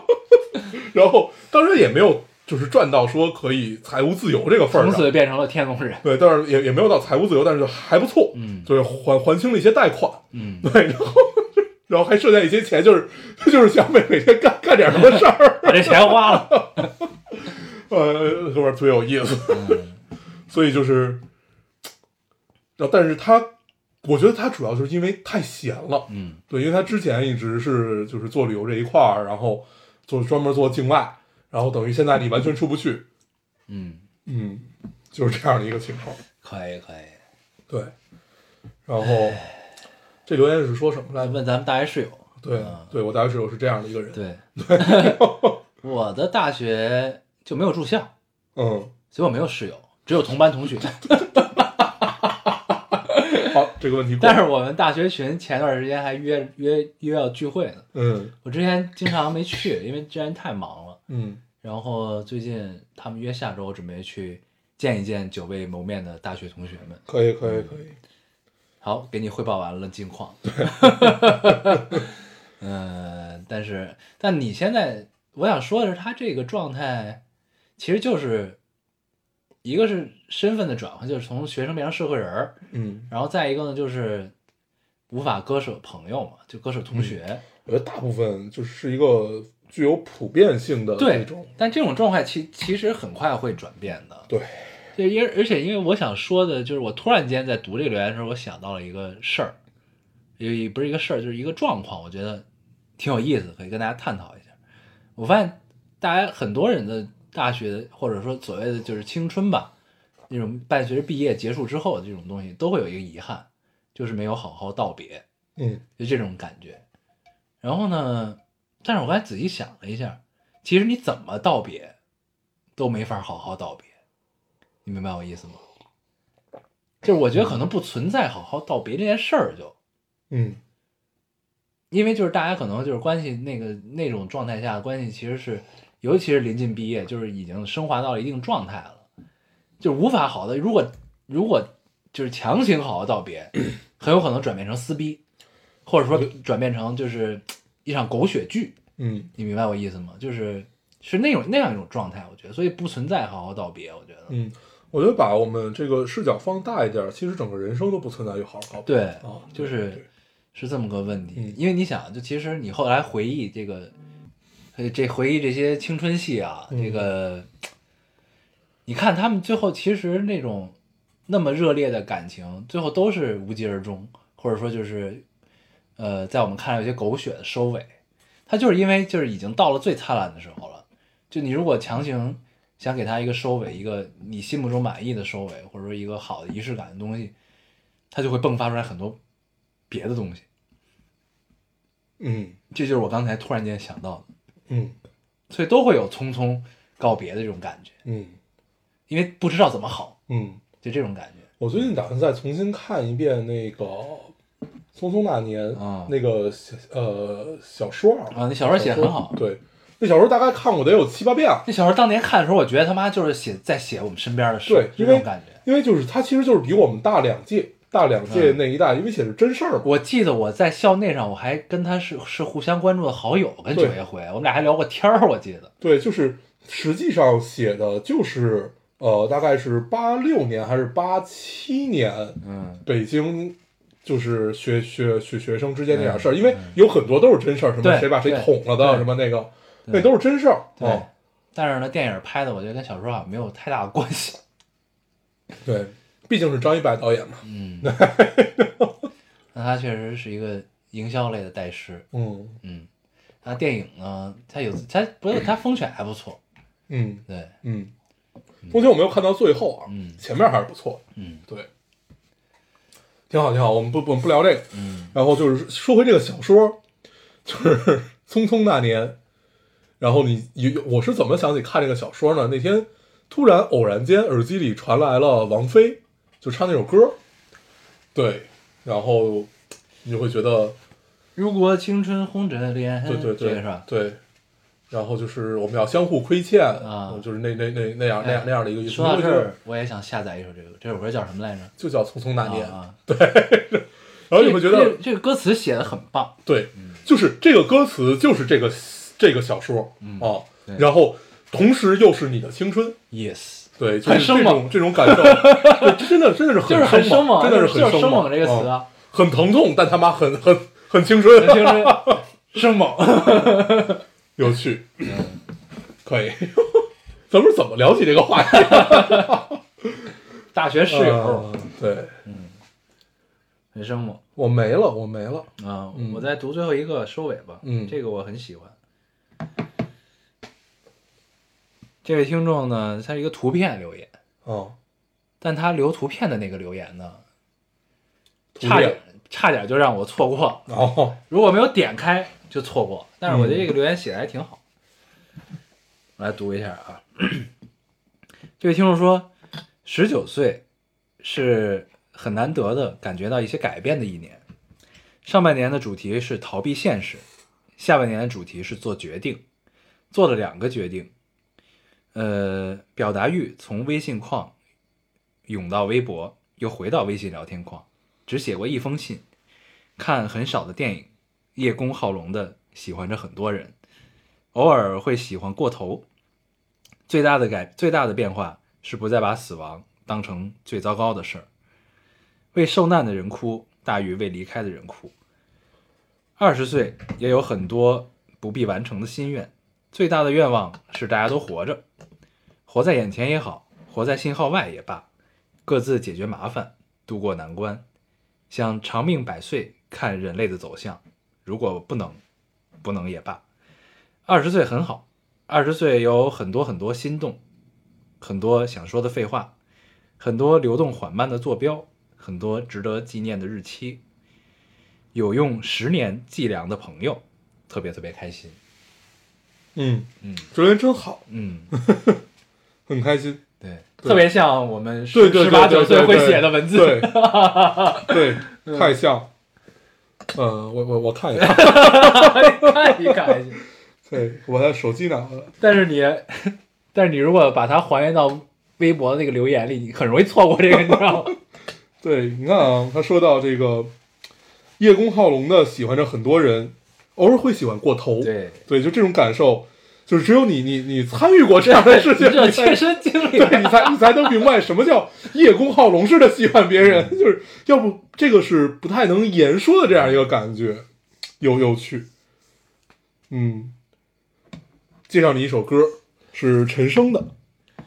Speaker 2: 然后当然也没有就是赚到说可以财务自由这个份 儿
Speaker 3: 从
Speaker 2: 上，
Speaker 3: 此变成了天龙人。
Speaker 2: 对，但是也也没有到财务自由，但是还不错，
Speaker 3: 嗯
Speaker 2: 就是还还清了一些贷款，
Speaker 3: 嗯，
Speaker 2: 对，然后然后还剩下一些钱，就是就是想每每天干干点什么事儿，
Speaker 3: 把这钱花了。
Speaker 2: 呃，哥们儿特别有意思， 所以就是，然后但是他，我觉得他主要就是因为太闲了，
Speaker 3: 嗯
Speaker 2: 对，因为他之前一直是就是做旅游这一块儿，然后做专门做境外，然后等于现在你完全出不去，
Speaker 3: 嗯，
Speaker 2: 嗯，就是这样的一个情况。
Speaker 3: 可以可以。
Speaker 2: 对，然后这留言是说什么来
Speaker 3: 来
Speaker 2: 着？啊
Speaker 3: 问咱们大学室友，
Speaker 2: 对，对我大学室友是这样的一个 人。，
Speaker 3: 对，我的大学就没有住校，
Speaker 2: 嗯，
Speaker 3: 所以我没有室友，只有同班同 学。
Speaker 2: 好，这个问题过
Speaker 3: 但
Speaker 2: 了，
Speaker 3: 是我们大学群前段时间还约约约要聚会呢，
Speaker 2: 嗯
Speaker 3: 我之前经常没去，因为之前太忙了。
Speaker 2: 嗯
Speaker 3: 然后最近他们约下周准备去见一见久未谋面的大学同学们。
Speaker 2: 可以可以可以，
Speaker 3: 好，给你汇报完了近况。 嗯，但是但你现在我想说的是，他这个状态其实就是一个是身份的转换，就是从学生变成社会人儿，
Speaker 2: 嗯，
Speaker 3: 然后再一个呢就是无法割舍朋友嘛，就割舍同学。
Speaker 2: 我觉得大部分就是一个具有普遍性的那
Speaker 3: 对
Speaker 2: 种，，
Speaker 3: 但这种状态其其实很快会转变的。
Speaker 2: 对，
Speaker 3: 对，因为而且因为我想说的就是，我突然间在读这个留言的时候，我想到了一个事儿，也也不是一个事儿，就是一个状况，我觉得挺有意思，可以跟大家探讨一下。我发现大家很多人的大学或者说所谓的就是青春吧，那种伴随着毕业结束之后的这种东西，都会有一个遗憾，就是没有好好道别。
Speaker 2: 嗯
Speaker 3: 就这种感觉。然后呢，但是我刚才仔细想了一下，其实你怎么道别，都没法好好道别，你明白我意思吗？就是我觉得可能不存在好好道别这件事儿，就
Speaker 2: 嗯
Speaker 3: 因为就是大家可能就是关系那个那种状态下，关系其实是，尤其是临近毕业，就是已经升华到了一定状态了，就无法好的。如果如果就是强行好好道别，很有可能转变成撕逼，或者说转变成就是一场狗血剧，
Speaker 2: 嗯
Speaker 3: 你明白我意思吗？就是是那种那样一种状态，我觉得，所以不存在好好道别，我觉得，
Speaker 2: 嗯，我觉得把我们这个视角放大一点，其实整个人生都不存在有好好
Speaker 3: 对
Speaker 2: 啊，
Speaker 3: 就
Speaker 2: 对
Speaker 3: 是
Speaker 2: 对
Speaker 3: 是这么个问题
Speaker 2: 嗯。
Speaker 3: 因为你想，就其实你后来回忆这个，呃这回忆这些青春戏啊，
Speaker 2: 嗯
Speaker 3: 这个，你看他们最后其实那种那么热烈的感情，最后都是无疾而终，或者说就是，呃，在我们看来有些狗血的收尾。他就是因为就是已经到了最灿烂的时候了，就你如果强行想给他一个收尾，一个你心目中满意的收尾，或者说一个好的仪式感的东西，它就会迸发出来很多别的东西。
Speaker 2: 嗯
Speaker 3: 这就是我刚才突然间想到的，
Speaker 2: 嗯
Speaker 3: 所以都会有匆匆告别的这种感觉，
Speaker 2: 嗯
Speaker 3: 因为不知道怎么好，
Speaker 2: 嗯，
Speaker 3: 就这种感觉。
Speaker 2: 我最近打算再重新看一遍那个《匆匆那年》
Speaker 3: 啊
Speaker 2: 那个小呃小说儿
Speaker 3: 啊那小说写得很好
Speaker 2: 对，那小说大概看过得有七八遍了，啊
Speaker 3: 那小时候当年看的时候，我觉得他妈就是写在写我们身边的事，
Speaker 2: 对，
Speaker 3: 就这
Speaker 2: 因为
Speaker 3: 种感觉。
Speaker 2: 因为就是他其实就是比我们大两届，大两
Speaker 3: 嗯
Speaker 2: 届那一代，因为写的是真事儿嘛，
Speaker 3: 我记得我在校内上，我还跟他是是互相关注的好友，跟九
Speaker 2: 对
Speaker 3: 爷回，我们俩还聊过天儿，我记得。
Speaker 2: 对，就是实际上写的就是呃大概是八六年还是八七年，
Speaker 3: 嗯，
Speaker 2: 北京就是学学学学生之间那点事儿，因为有很多都是真事儿，什么
Speaker 3: 嗯对
Speaker 2: 谁把谁捅了的，
Speaker 3: 对
Speaker 2: 什么那个，
Speaker 3: 对
Speaker 2: 那都是真事儿。
Speaker 3: 对。
Speaker 2: 哦，
Speaker 3: 但是呢，电影拍的我觉得跟小说好像没有太大的关系。
Speaker 2: 对，毕竟是张一白导演嘛，
Speaker 3: 嗯，那他确实是一个营销类的代师。
Speaker 2: 嗯
Speaker 3: 嗯，他电影呢，他有他不是他风选还不错，
Speaker 2: 嗯
Speaker 3: 对，
Speaker 2: 嗯。目前我没有看到最后啊，
Speaker 3: 嗯
Speaker 2: 前面还是不错的，
Speaker 3: 嗯
Speaker 2: 对，挺好挺好。我们不我们不聊这个，
Speaker 3: 嗯
Speaker 2: 然后就是说回这个小说，就是《匆匆那年》，然后你有我是怎么想起看这个小说呢？那天突然偶然间耳机里传来了王菲就唱那首歌，对，然后你就会觉得
Speaker 3: 如果青春红着脸，
Speaker 2: 对对对、
Speaker 3: 嗯这个是吧？
Speaker 2: 对，然后就是我们要相互亏欠
Speaker 3: 啊哎
Speaker 2: 就是那那那那样那样那样的一个意思。
Speaker 3: 说到
Speaker 2: 你
Speaker 3: 这
Speaker 2: 会觉得
Speaker 3: 儿，我也想下载一首这个，这首歌叫什么来着？
Speaker 2: 就叫《匆匆那年》
Speaker 3: 啊，啊
Speaker 2: 然后你会觉
Speaker 3: 这
Speaker 2: 得
Speaker 3: 这这个歌词写的很棒，
Speaker 2: 对，就是这个歌词就是这个这个小说啊
Speaker 3: 嗯对，
Speaker 2: 然后同时又是你的青春，
Speaker 3: ，yes，
Speaker 2: 对，就
Speaker 3: 很
Speaker 2: 是这
Speaker 3: 生猛
Speaker 2: 种这种感 受，对这真的真的是
Speaker 3: 就是很
Speaker 2: 很生
Speaker 3: 猛，啊
Speaker 2: 真
Speaker 3: 就
Speaker 2: 的
Speaker 3: 是是
Speaker 2: 很
Speaker 3: 生
Speaker 2: 猛
Speaker 3: 猛这个词
Speaker 2: 啊，
Speaker 3: 啊，
Speaker 2: 很疼痛，但他妈很 很很青春，
Speaker 3: 青春 生猛，
Speaker 2: 有趣，可以。 咱们是怎么聊起这个话题？
Speaker 3: 大学室友
Speaker 2: 啊，对
Speaker 3: 很生猛。
Speaker 2: 我没了，我没了。
Speaker 3: 啊，
Speaker 2: 嗯
Speaker 3: 我再读最后一个收尾吧。
Speaker 2: 嗯
Speaker 3: 这个我很喜欢。这位听众呢，他是一个图片留言，
Speaker 2: 啊，
Speaker 3: 但他留图片的那个留言呢，
Speaker 2: 图
Speaker 3: 差点
Speaker 2: 片
Speaker 3: 差点就让我错过了。
Speaker 2: 哦，
Speaker 3: 如果没有点开就错过。但是我觉得
Speaker 2: 嗯
Speaker 3: 这个留言写的还挺好，我来读一下啊。 这位听众说，十九岁是很难得的感觉到一些改变的一年。上半年的主题是逃避现实，下半年的主题是做决定，做了两个决定。呃，表达欲从微信框涌到微博，又回到微信聊天框，只写过一封信，看很少的电影，叶公好龙的喜欢着很多人，偶尔会喜欢过头。最大的改最大的变化是不再把死亡当成最糟糕的事儿，为受难的人哭大于为离开的人哭。二十岁也有很多不必完成的心愿，最大的愿望是大家都活着，活在眼前也好，活在信号外也罢，各自解决麻烦，渡过难关，想长命百岁，看人类的走向。如果不能，不能也罢。二十岁很好，二十岁有很多很多心动，很多想说的废话，很多流动缓慢的坐标，很多值得纪念的日期。有用十年计量的朋友，特别特别开心。
Speaker 2: 嗯
Speaker 3: 嗯
Speaker 2: 昨天真好，
Speaker 3: 嗯，
Speaker 2: 很开心。
Speaker 3: 对，
Speaker 2: 对
Speaker 3: 特别像我们十
Speaker 2: 对对
Speaker 3: 十
Speaker 2: 对
Speaker 3: 八
Speaker 2: 对
Speaker 3: 九岁
Speaker 2: 对
Speaker 3: 会
Speaker 2: 对
Speaker 3: 写的文 字。
Speaker 2: 对对，太像。呃，我我我看 一看，
Speaker 3: 看一看。
Speaker 2: 对我的手机拿过来。
Speaker 3: 但是你，但是你如果把它还原到微博的那个留言里，你很容易错过这个，你知道吗？
Speaker 2: 对，你看啊，他说到这个叶公好龙的喜欢着很多人，偶尔会喜欢过头。
Speaker 3: 对，
Speaker 2: 就这种感受，就是只有你你你参与过这样的事情，
Speaker 3: 这
Speaker 2: 你才
Speaker 3: 切身经历。
Speaker 2: 对你才你才能明白什么叫叶公好龙似的喜欢别人，就是要不这个是不太能言说的这样一个感觉，有有趣。嗯，介绍你一首歌，是陈升的，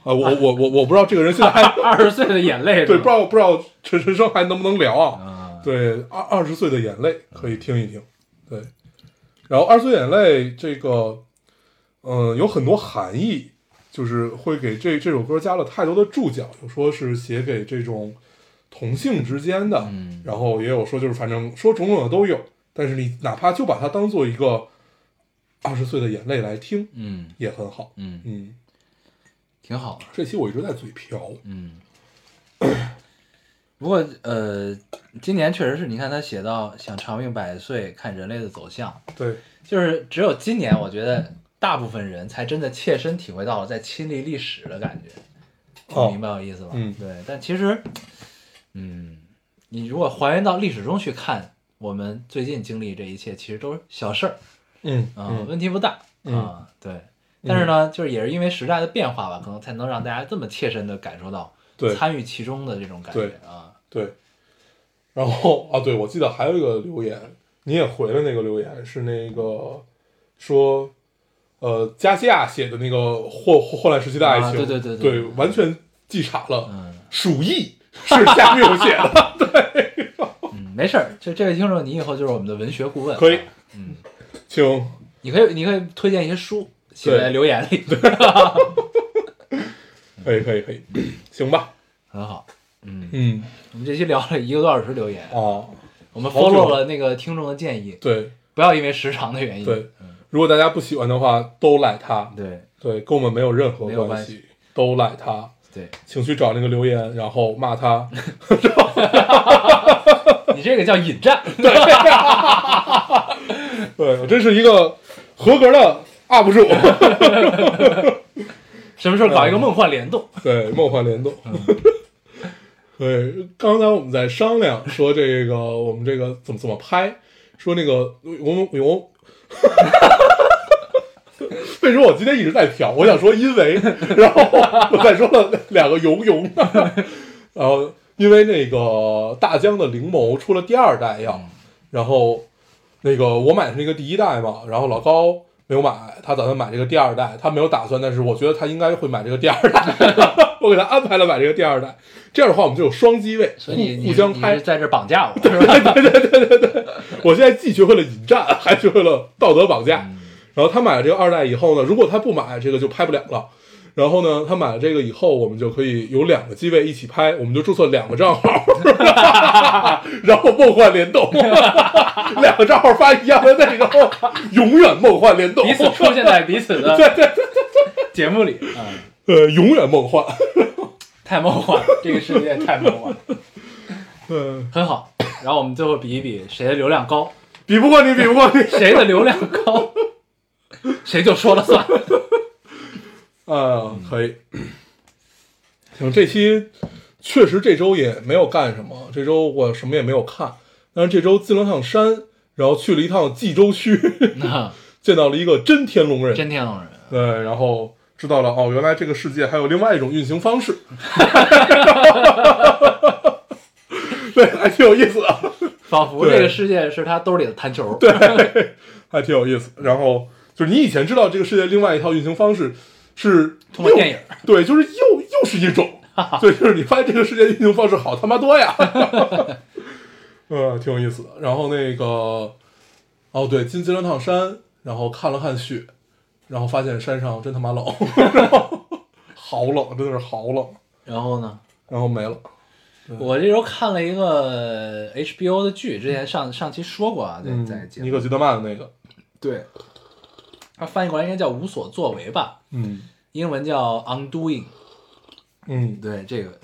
Speaker 2: 啊，我我我我不知道这个人现在还
Speaker 3: 二十岁的眼泪，
Speaker 2: 对，不知道不知道陈陈升还能不能聊啊？
Speaker 3: 啊，
Speaker 2: 对，二二十岁的眼泪可以听一听，对。然后二十岁眼泪这个，嗯、有很多含义，就是会给这这首歌加了太多的注脚，有说是写给这种同性之间的，
Speaker 3: 嗯
Speaker 2: 然后也有说就是反正说种种的都有。但是你哪怕就把它当做一个二十岁的眼泪来听，
Speaker 3: 嗯
Speaker 2: 也很好。
Speaker 3: 嗯，
Speaker 2: 嗯，
Speaker 3: 挺好的，
Speaker 2: 这期我一直在嘴瓢，
Speaker 3: 嗯。不过，呃，今年确实是你看他写到想长命百岁，看人类的走向，
Speaker 2: 对，
Speaker 3: 就是只有今年，我觉得大部分人才真的切身体会到了在亲历历史的感觉。
Speaker 2: 哦
Speaker 3: 你明白我意思吧？
Speaker 2: 嗯
Speaker 3: 对。但其实，嗯，你如果还原到历史中去看，我们最近经历这一切，其实都是小事儿
Speaker 2: 嗯
Speaker 3: 啊、
Speaker 2: 嗯
Speaker 3: 问题不大啊、
Speaker 2: 嗯
Speaker 3: 对。但是呢，就是也是因为时代的变化吧，可能才能让大家这么切身的感受到
Speaker 2: 对
Speaker 3: 参与其中的这种感觉啊。
Speaker 2: 对，然后啊，对，我记得还有一个留言，你也回了那个留言，是那个说，呃，加西亚写的那个霍霍霍乱时期的爱情，
Speaker 3: 啊对对
Speaker 2: 对
Speaker 3: 对对
Speaker 2: 完全记岔了，
Speaker 3: 嗯
Speaker 2: 鼠疫是夏缪写 的，
Speaker 3: 嗯，没事儿，就这位听众，你以后就是我们的文学顾问，
Speaker 2: 可以，
Speaker 3: 嗯。
Speaker 2: 请
Speaker 3: 你可以，你可以推荐一些书，写在留言里，
Speaker 2: 可以可以可以，行吧，
Speaker 3: 很好。嗯，
Speaker 2: 嗯
Speaker 3: 我们这期聊了一个多小时留言，
Speaker 2: 啊，
Speaker 3: 我们
Speaker 2: 好久
Speaker 3: follow 了那个听众的建议，
Speaker 2: 对
Speaker 3: 不要因为时长的原因，
Speaker 2: 对
Speaker 3: 嗯，
Speaker 2: 如果大家不喜欢的话，都赖他，
Speaker 3: 对
Speaker 2: 对，跟我们没有任何
Speaker 3: 没有
Speaker 2: 关
Speaker 3: 关
Speaker 2: 系，都赖他，
Speaker 3: 对，
Speaker 2: 请去找那个留言，然后骂他，
Speaker 3: 你这个叫引 战，
Speaker 2: 对我真是一个合格的 UP 主。
Speaker 3: 什么时候搞
Speaker 2: 嗯
Speaker 3: 一个梦幻联动？
Speaker 2: 对，梦幻联动。对，刚才我们在商量说这个，我们这个怎么怎么拍，说那个我们我。为什么我今天一直在挑？我想说因为，然后我再说了两个游泳， 然后因为那个大疆的灵眸出了第二代药，
Speaker 3: 嗯
Speaker 2: 然后那个我买的是那个第一代嘛，然后老高没有买，他打算买这个第二代，他没有打算，但是我觉得他应该会买这个第二代， 我给他安排了买这个第二代，这样的话我们就有双机位，
Speaker 3: 所以你
Speaker 2: 互
Speaker 3: 你
Speaker 2: 互相
Speaker 3: 你
Speaker 2: 拍
Speaker 3: 是。在这绑 架我是吧？
Speaker 2: 我现在既学会了引战，还学会了道德绑
Speaker 3: 嗯
Speaker 2: 架。然后他买了这个二代以后呢，如果他不买这个就拍不了了。然后呢，他买了这个以后，我们就可以有两个机位一起拍，我们就注册两个账号， 然后梦幻联动， 两个账号发一样的内容，永远梦幻联动
Speaker 3: 彼，此出现在彼此的节目里，嗯，
Speaker 2: 呃，永远梦幻，
Speaker 3: 太梦幻了，这个世界太梦幻了，
Speaker 2: 嗯、
Speaker 3: 很好。然后我们最后比一比谁的流量高，
Speaker 2: 比不过你，比不过你，
Speaker 3: 谁的流量高，谁就说了算。嗯
Speaker 2: 啊，可以。行，这期确实这周也没有干什么，这周我什么也没有看，但是这周进了趟山，然后去了一趟冀州区，
Speaker 3: 那
Speaker 2: 见到了一个真天龙人，
Speaker 3: 真天龙人，
Speaker 2: 对，然后知道了哦，原来这个世界还有另外一种运行方式， 对，还挺有意思的。
Speaker 3: 仿佛
Speaker 2: 对
Speaker 3: 这个世界是他兜里的弹球。
Speaker 2: 对，还挺有意思。然后就是你以前知道这个世界另外一套运行方式是
Speaker 3: 通过
Speaker 2: 又
Speaker 3: 电影，
Speaker 2: 对，就是又又是一 种，对，就是你发现这个世界运行方式好他妈多 呀，呃，挺有意思的。然后那个，哦对，进金銮趟山，然后看了看雪，然后发现山上真他妈冷， 然后好冷，真的是好冷，
Speaker 3: 然后 呢，
Speaker 2: 然后没了。
Speaker 3: 我这时候看了一个 HBO 的剧，之前上上期说过啊，在
Speaker 2: 嗯
Speaker 3: 在，节
Speaker 2: 尼
Speaker 3: 目
Speaker 2: 克基德曼的那个，
Speaker 3: 对，它翻译过来应该叫无所作为吧，
Speaker 2: 嗯
Speaker 3: 英文叫 Undoing。
Speaker 2: 嗯
Speaker 3: 对这个，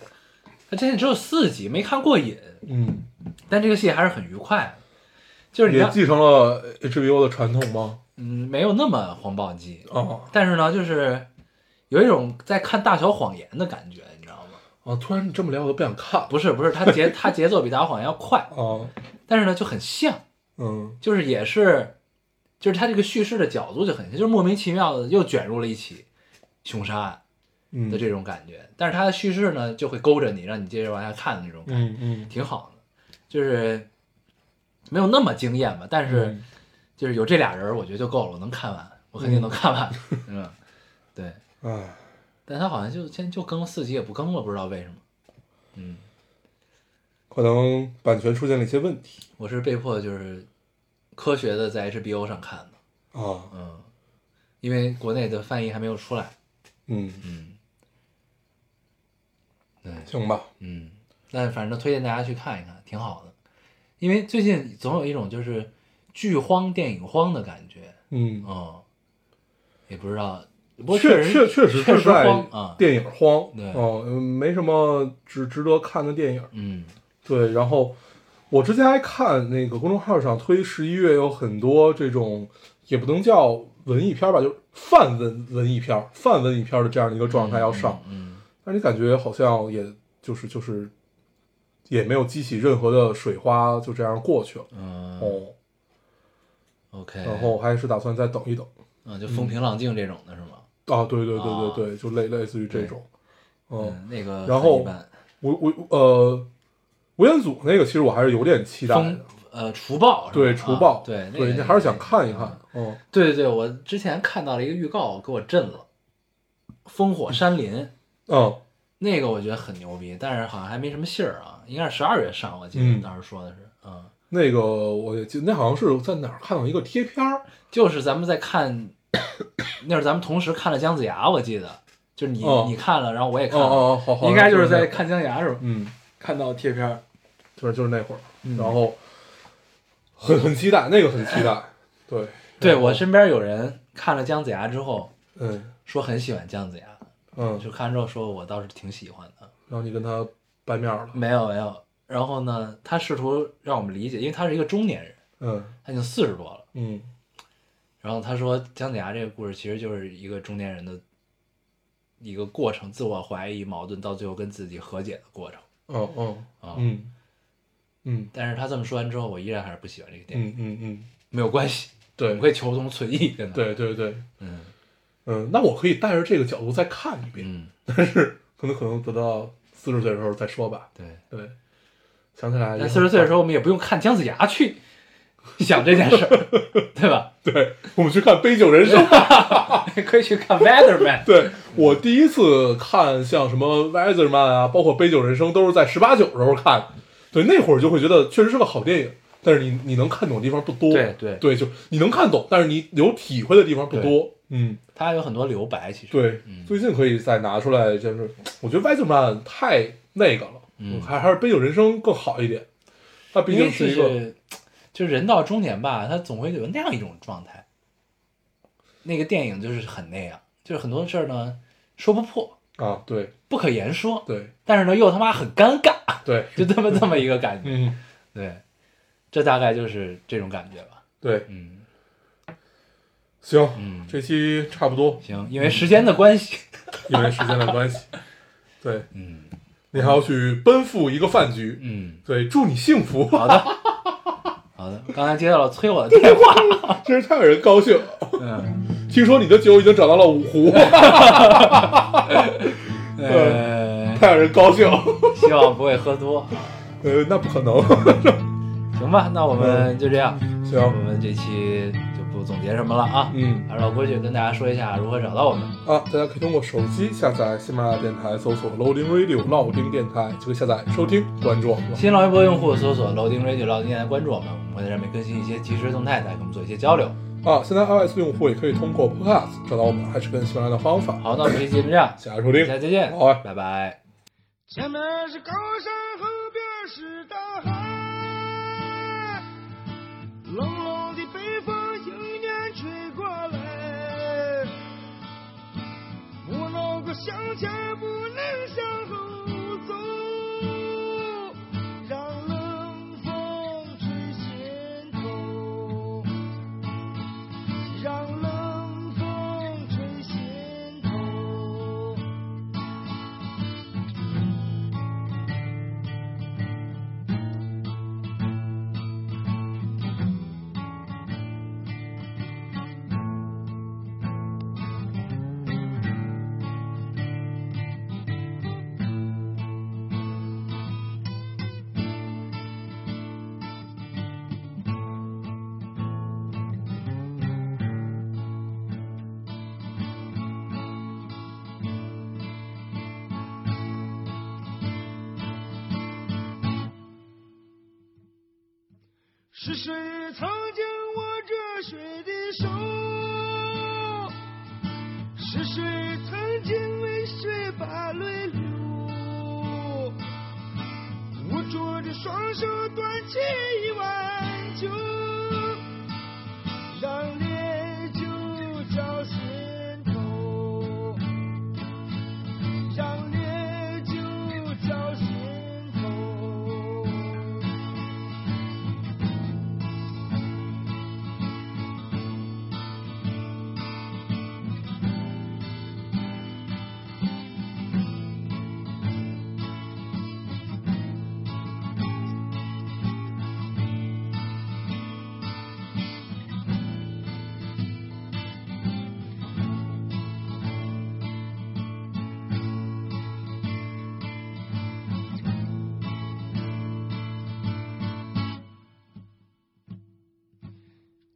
Speaker 3: 它之前只有四集，没看过瘾，
Speaker 2: 嗯，
Speaker 3: 但这个戏还是很愉快的，就是你
Speaker 2: 也
Speaker 3: 看，
Speaker 2: 继承了 HBO 的传统吗？
Speaker 3: 嗯，没有那么黄暴击，
Speaker 2: 哦
Speaker 3: 但是呢，就是有一种在看《大小谎言》的感觉，你知道吗？
Speaker 2: 啊，突然你这么聊，我都不想看了。
Speaker 3: 不是不是，它 节它节奏比《大小谎言》要快，
Speaker 2: 啊，
Speaker 3: 但是呢就很像，
Speaker 2: 嗯
Speaker 3: 就是也是，就是它这个叙事的角度就很像，就是莫名其妙的又卷入了一起凶杀案
Speaker 2: 嗯，
Speaker 3: 的这种感觉，但是它的叙事呢就会勾着你，让你接着往下看的那种感觉，
Speaker 2: 嗯嗯，
Speaker 3: 挺好的，就是没有那么惊艳吧，但是。
Speaker 2: 嗯
Speaker 3: 就是有这俩人儿，我觉得就够了，我能看完，我肯定能看完， 嗯，对。
Speaker 2: 哎。
Speaker 3: 但他好像就现在就更了四集，也不更了，不知道为什么。
Speaker 2: 可能版权出现了一些问题
Speaker 3: 我是被迫就是科学的在 HBO 上看的，
Speaker 2: 啊，
Speaker 3: 嗯，因为国内的翻译还没有出来，
Speaker 2: 嗯
Speaker 3: 嗯，对，
Speaker 2: 行吧，
Speaker 3: 嗯，但反正推荐大家去看一看，挺好的。因为最近总有一种就是剧荒、电影荒的感觉，
Speaker 2: 嗯，
Speaker 3: 嗯，也不知道，不过
Speaker 2: 确
Speaker 3: 实
Speaker 2: 确确实
Speaker 3: 确
Speaker 2: 是在
Speaker 3: 荒啊，
Speaker 2: 电影荒，
Speaker 3: 对
Speaker 2: 哦、嗯没什么值值得看的电影，
Speaker 3: 嗯
Speaker 2: 对，然后我之前还看那个公众号上推十一月有很多这种也不能叫文艺片吧，就是泛文文艺片、泛文艺片的这样的一个状态要上，
Speaker 3: 嗯，
Speaker 2: 但是你感觉好像也就是就是也没有激起任何的水花，就这样过去了，
Speaker 3: 嗯嗯
Speaker 2: 哦，
Speaker 3: ，OK，
Speaker 2: 然后还是打算再等一等。
Speaker 3: 嗯，就风平浪静这种的是吗？
Speaker 2: 啊，对对对对
Speaker 3: 啊
Speaker 2: 对，就类类似于这种，嗯，
Speaker 3: 嗯，那个
Speaker 2: 然后
Speaker 3: 很一般
Speaker 2: 我我呃，吴彦祖那个其实我还是有点期待
Speaker 3: 风
Speaker 2: 的，
Speaker 3: 呃除暴是吧
Speaker 2: 对，
Speaker 3: 啊
Speaker 2: 除暴，
Speaker 3: 对那
Speaker 2: 对，
Speaker 3: 个
Speaker 2: 你还是想看一
Speaker 3: 嗯
Speaker 2: 看，嗯
Speaker 3: 对对对，我之前看到了一个预告，给我震了，《烽火山林》
Speaker 2: 嗯
Speaker 3: 那个我觉得很牛逼，但是好像还没什么信儿啊，应该是十二月上，我记得
Speaker 2: 嗯
Speaker 3: 当时说的是，嗯，
Speaker 2: 那个我也记，那好像是在哪儿看到一个贴片儿，
Speaker 3: 就是咱们在看，那会儿咱们同时看了姜子牙，我记得就是你
Speaker 2: 哦
Speaker 3: 你看了，然后我也
Speaker 2: 哦
Speaker 3: 看了，
Speaker 2: 哦哦，好，好
Speaker 3: 应该就是
Speaker 2: 那
Speaker 3: 在
Speaker 2: 会儿，
Speaker 3: 看姜子牙是吧？
Speaker 2: 嗯，
Speaker 3: 看到贴片儿，
Speaker 2: 就是就是那会儿，
Speaker 3: 嗯
Speaker 2: 然后很很期待，那个很期 待，对，
Speaker 3: 对
Speaker 2: 然后
Speaker 3: 我身边有人看了姜子牙之后
Speaker 2: 嗯
Speaker 3: 说很喜欢姜子牙，
Speaker 2: 嗯，
Speaker 3: 就看完之后说我倒是挺喜欢的，
Speaker 2: 然后你跟他掰面儿了，
Speaker 3: 没有没有。然后呢，他试图让我们理解，因为他是一个中年人，
Speaker 2: 嗯
Speaker 3: 他已经四十多了。
Speaker 2: 嗯
Speaker 3: 然后他说姜子牙这个故事其实就是一个中年人的一个过程，自我怀疑、矛盾，到最后跟自己和解的过程
Speaker 2: 哦哦
Speaker 3: 啊。
Speaker 2: 嗯嗯
Speaker 3: 但是他这么说完之后，我依然还是不喜欢这个电影，
Speaker 2: 嗯嗯嗯，
Speaker 3: 没有关系，
Speaker 2: 对
Speaker 3: 我，会求同存异，真的。，
Speaker 2: 对对对，
Speaker 3: 嗯
Speaker 2: 嗯，那我可以带着这个角度再看一遍，
Speaker 3: 嗯，
Speaker 2: 但是可能可能等到四十岁的时候再说吧。
Speaker 3: 对。
Speaker 2: 对，想起来
Speaker 3: 但四十岁的时候，我们也不用看姜子牙去想这件事儿， 对吧？
Speaker 2: 候， 对，我们去看《杯酒人生》。
Speaker 3: 可以去看 Weatherman。
Speaker 2: 对我第一次看像什么《Weatherman》啊，包括《杯酒人生》，都是在十八九时候看的。对，那会儿就会觉得确实是个好电影，但是你你能看懂的地方不多。
Speaker 3: 对对
Speaker 2: 对，就你能看懂，但是你有体会的地方不
Speaker 3: 对
Speaker 2: 多。嗯，
Speaker 3: 他有很多留白，其实。
Speaker 2: 对，
Speaker 3: 嗯
Speaker 2: 最近可以再拿出来，就是我觉得《Weissman》太那个了，
Speaker 3: 嗯
Speaker 2: 还还是《杯酒人生》更好一点。它毕
Speaker 3: 因为
Speaker 2: 竟
Speaker 3: 就是
Speaker 2: 一个，
Speaker 3: 是就是人到中年吧，他总会有那样一种状态。那个电影就是很那样，就是很多事儿呢说不破，
Speaker 2: 啊，对
Speaker 3: 不可言说，
Speaker 2: 对
Speaker 3: 但是呢又他妈很尴尬，
Speaker 2: 对，
Speaker 3: 就这么这么一个感觉。
Speaker 2: 嗯，
Speaker 3: 对，这大概就是这种感觉吧。
Speaker 2: 对，
Speaker 3: 嗯
Speaker 2: 行，
Speaker 3: 嗯，
Speaker 2: 这期差不多，
Speaker 3: 行，因为时间的关系，
Speaker 2: 因为时间的关系，对
Speaker 3: 嗯
Speaker 2: 你还要去奔赴一个饭局，
Speaker 3: 嗯，
Speaker 2: 对，祝你幸福，
Speaker 3: 好的好的，刚才接到了催我的电话，
Speaker 2: 真是太让人高兴了。
Speaker 3: 嗯，
Speaker 2: 听说你的酒已经找到了五 湖，
Speaker 3: 呃，
Speaker 2: 太让人高兴。
Speaker 3: 希望不会喝多。
Speaker 2: 呃，那不可能。
Speaker 3: 行吧，那我们就这样，我
Speaker 2: 行，
Speaker 3: 们这期就不总结什么了啊。
Speaker 2: 嗯
Speaker 3: 还是老规矩，跟大家说一下如何找到我们。
Speaker 2: 啊，大家可以通过手机下载喜马拉雅电台，搜索 Loading Radio 老丁电台，就可以下载收听，关注我们了。
Speaker 3: 新浪微博用户搜索 “loading radio” 老丁来关注我们，我们会在上面更新一些即时动态，来跟我们做一些交流。
Speaker 2: 啊，现在 iOS 用户也可以通过 Podcast 找到我们，还是跟喜马拉雅的方法。
Speaker 3: 好，那我们这期节目这样，
Speaker 2: 谢谢收听，
Speaker 3: 大家再见，
Speaker 2: 好
Speaker 3: 拜拜。
Speaker 4: 前面是高山，后边是大海，冷冷的北风迎面吹过来，不能够向前，不能向后走，让冷风吹心头，让冷风吹心头。是谁曾经握着谁的手？是谁曾经为谁把泪流？无助的双手端起一碗酒，让烈酒浇心头，让烈酒浇心头。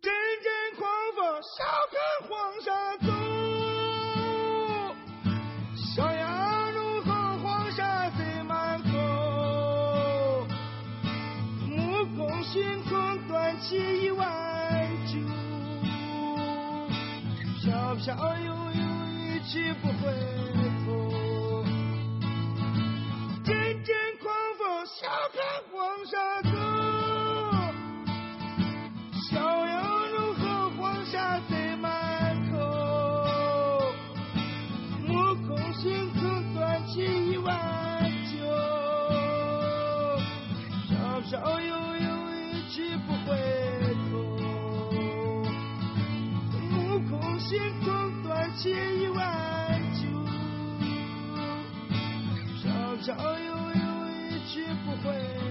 Speaker 4: 阵阵狂风笑看黄沙走，小羊如何黄沙塞满口？目空星空，端起一碗酒，飘飘悠悠，一去不回头。阵阵狂风笑看黄沙走。小羊如何黄沙塞满口？目空星空，端起一碗酒，飘飘悠悠，一去不回头。目空星空，端起一碗酒，飘飘悠悠，一去不回头。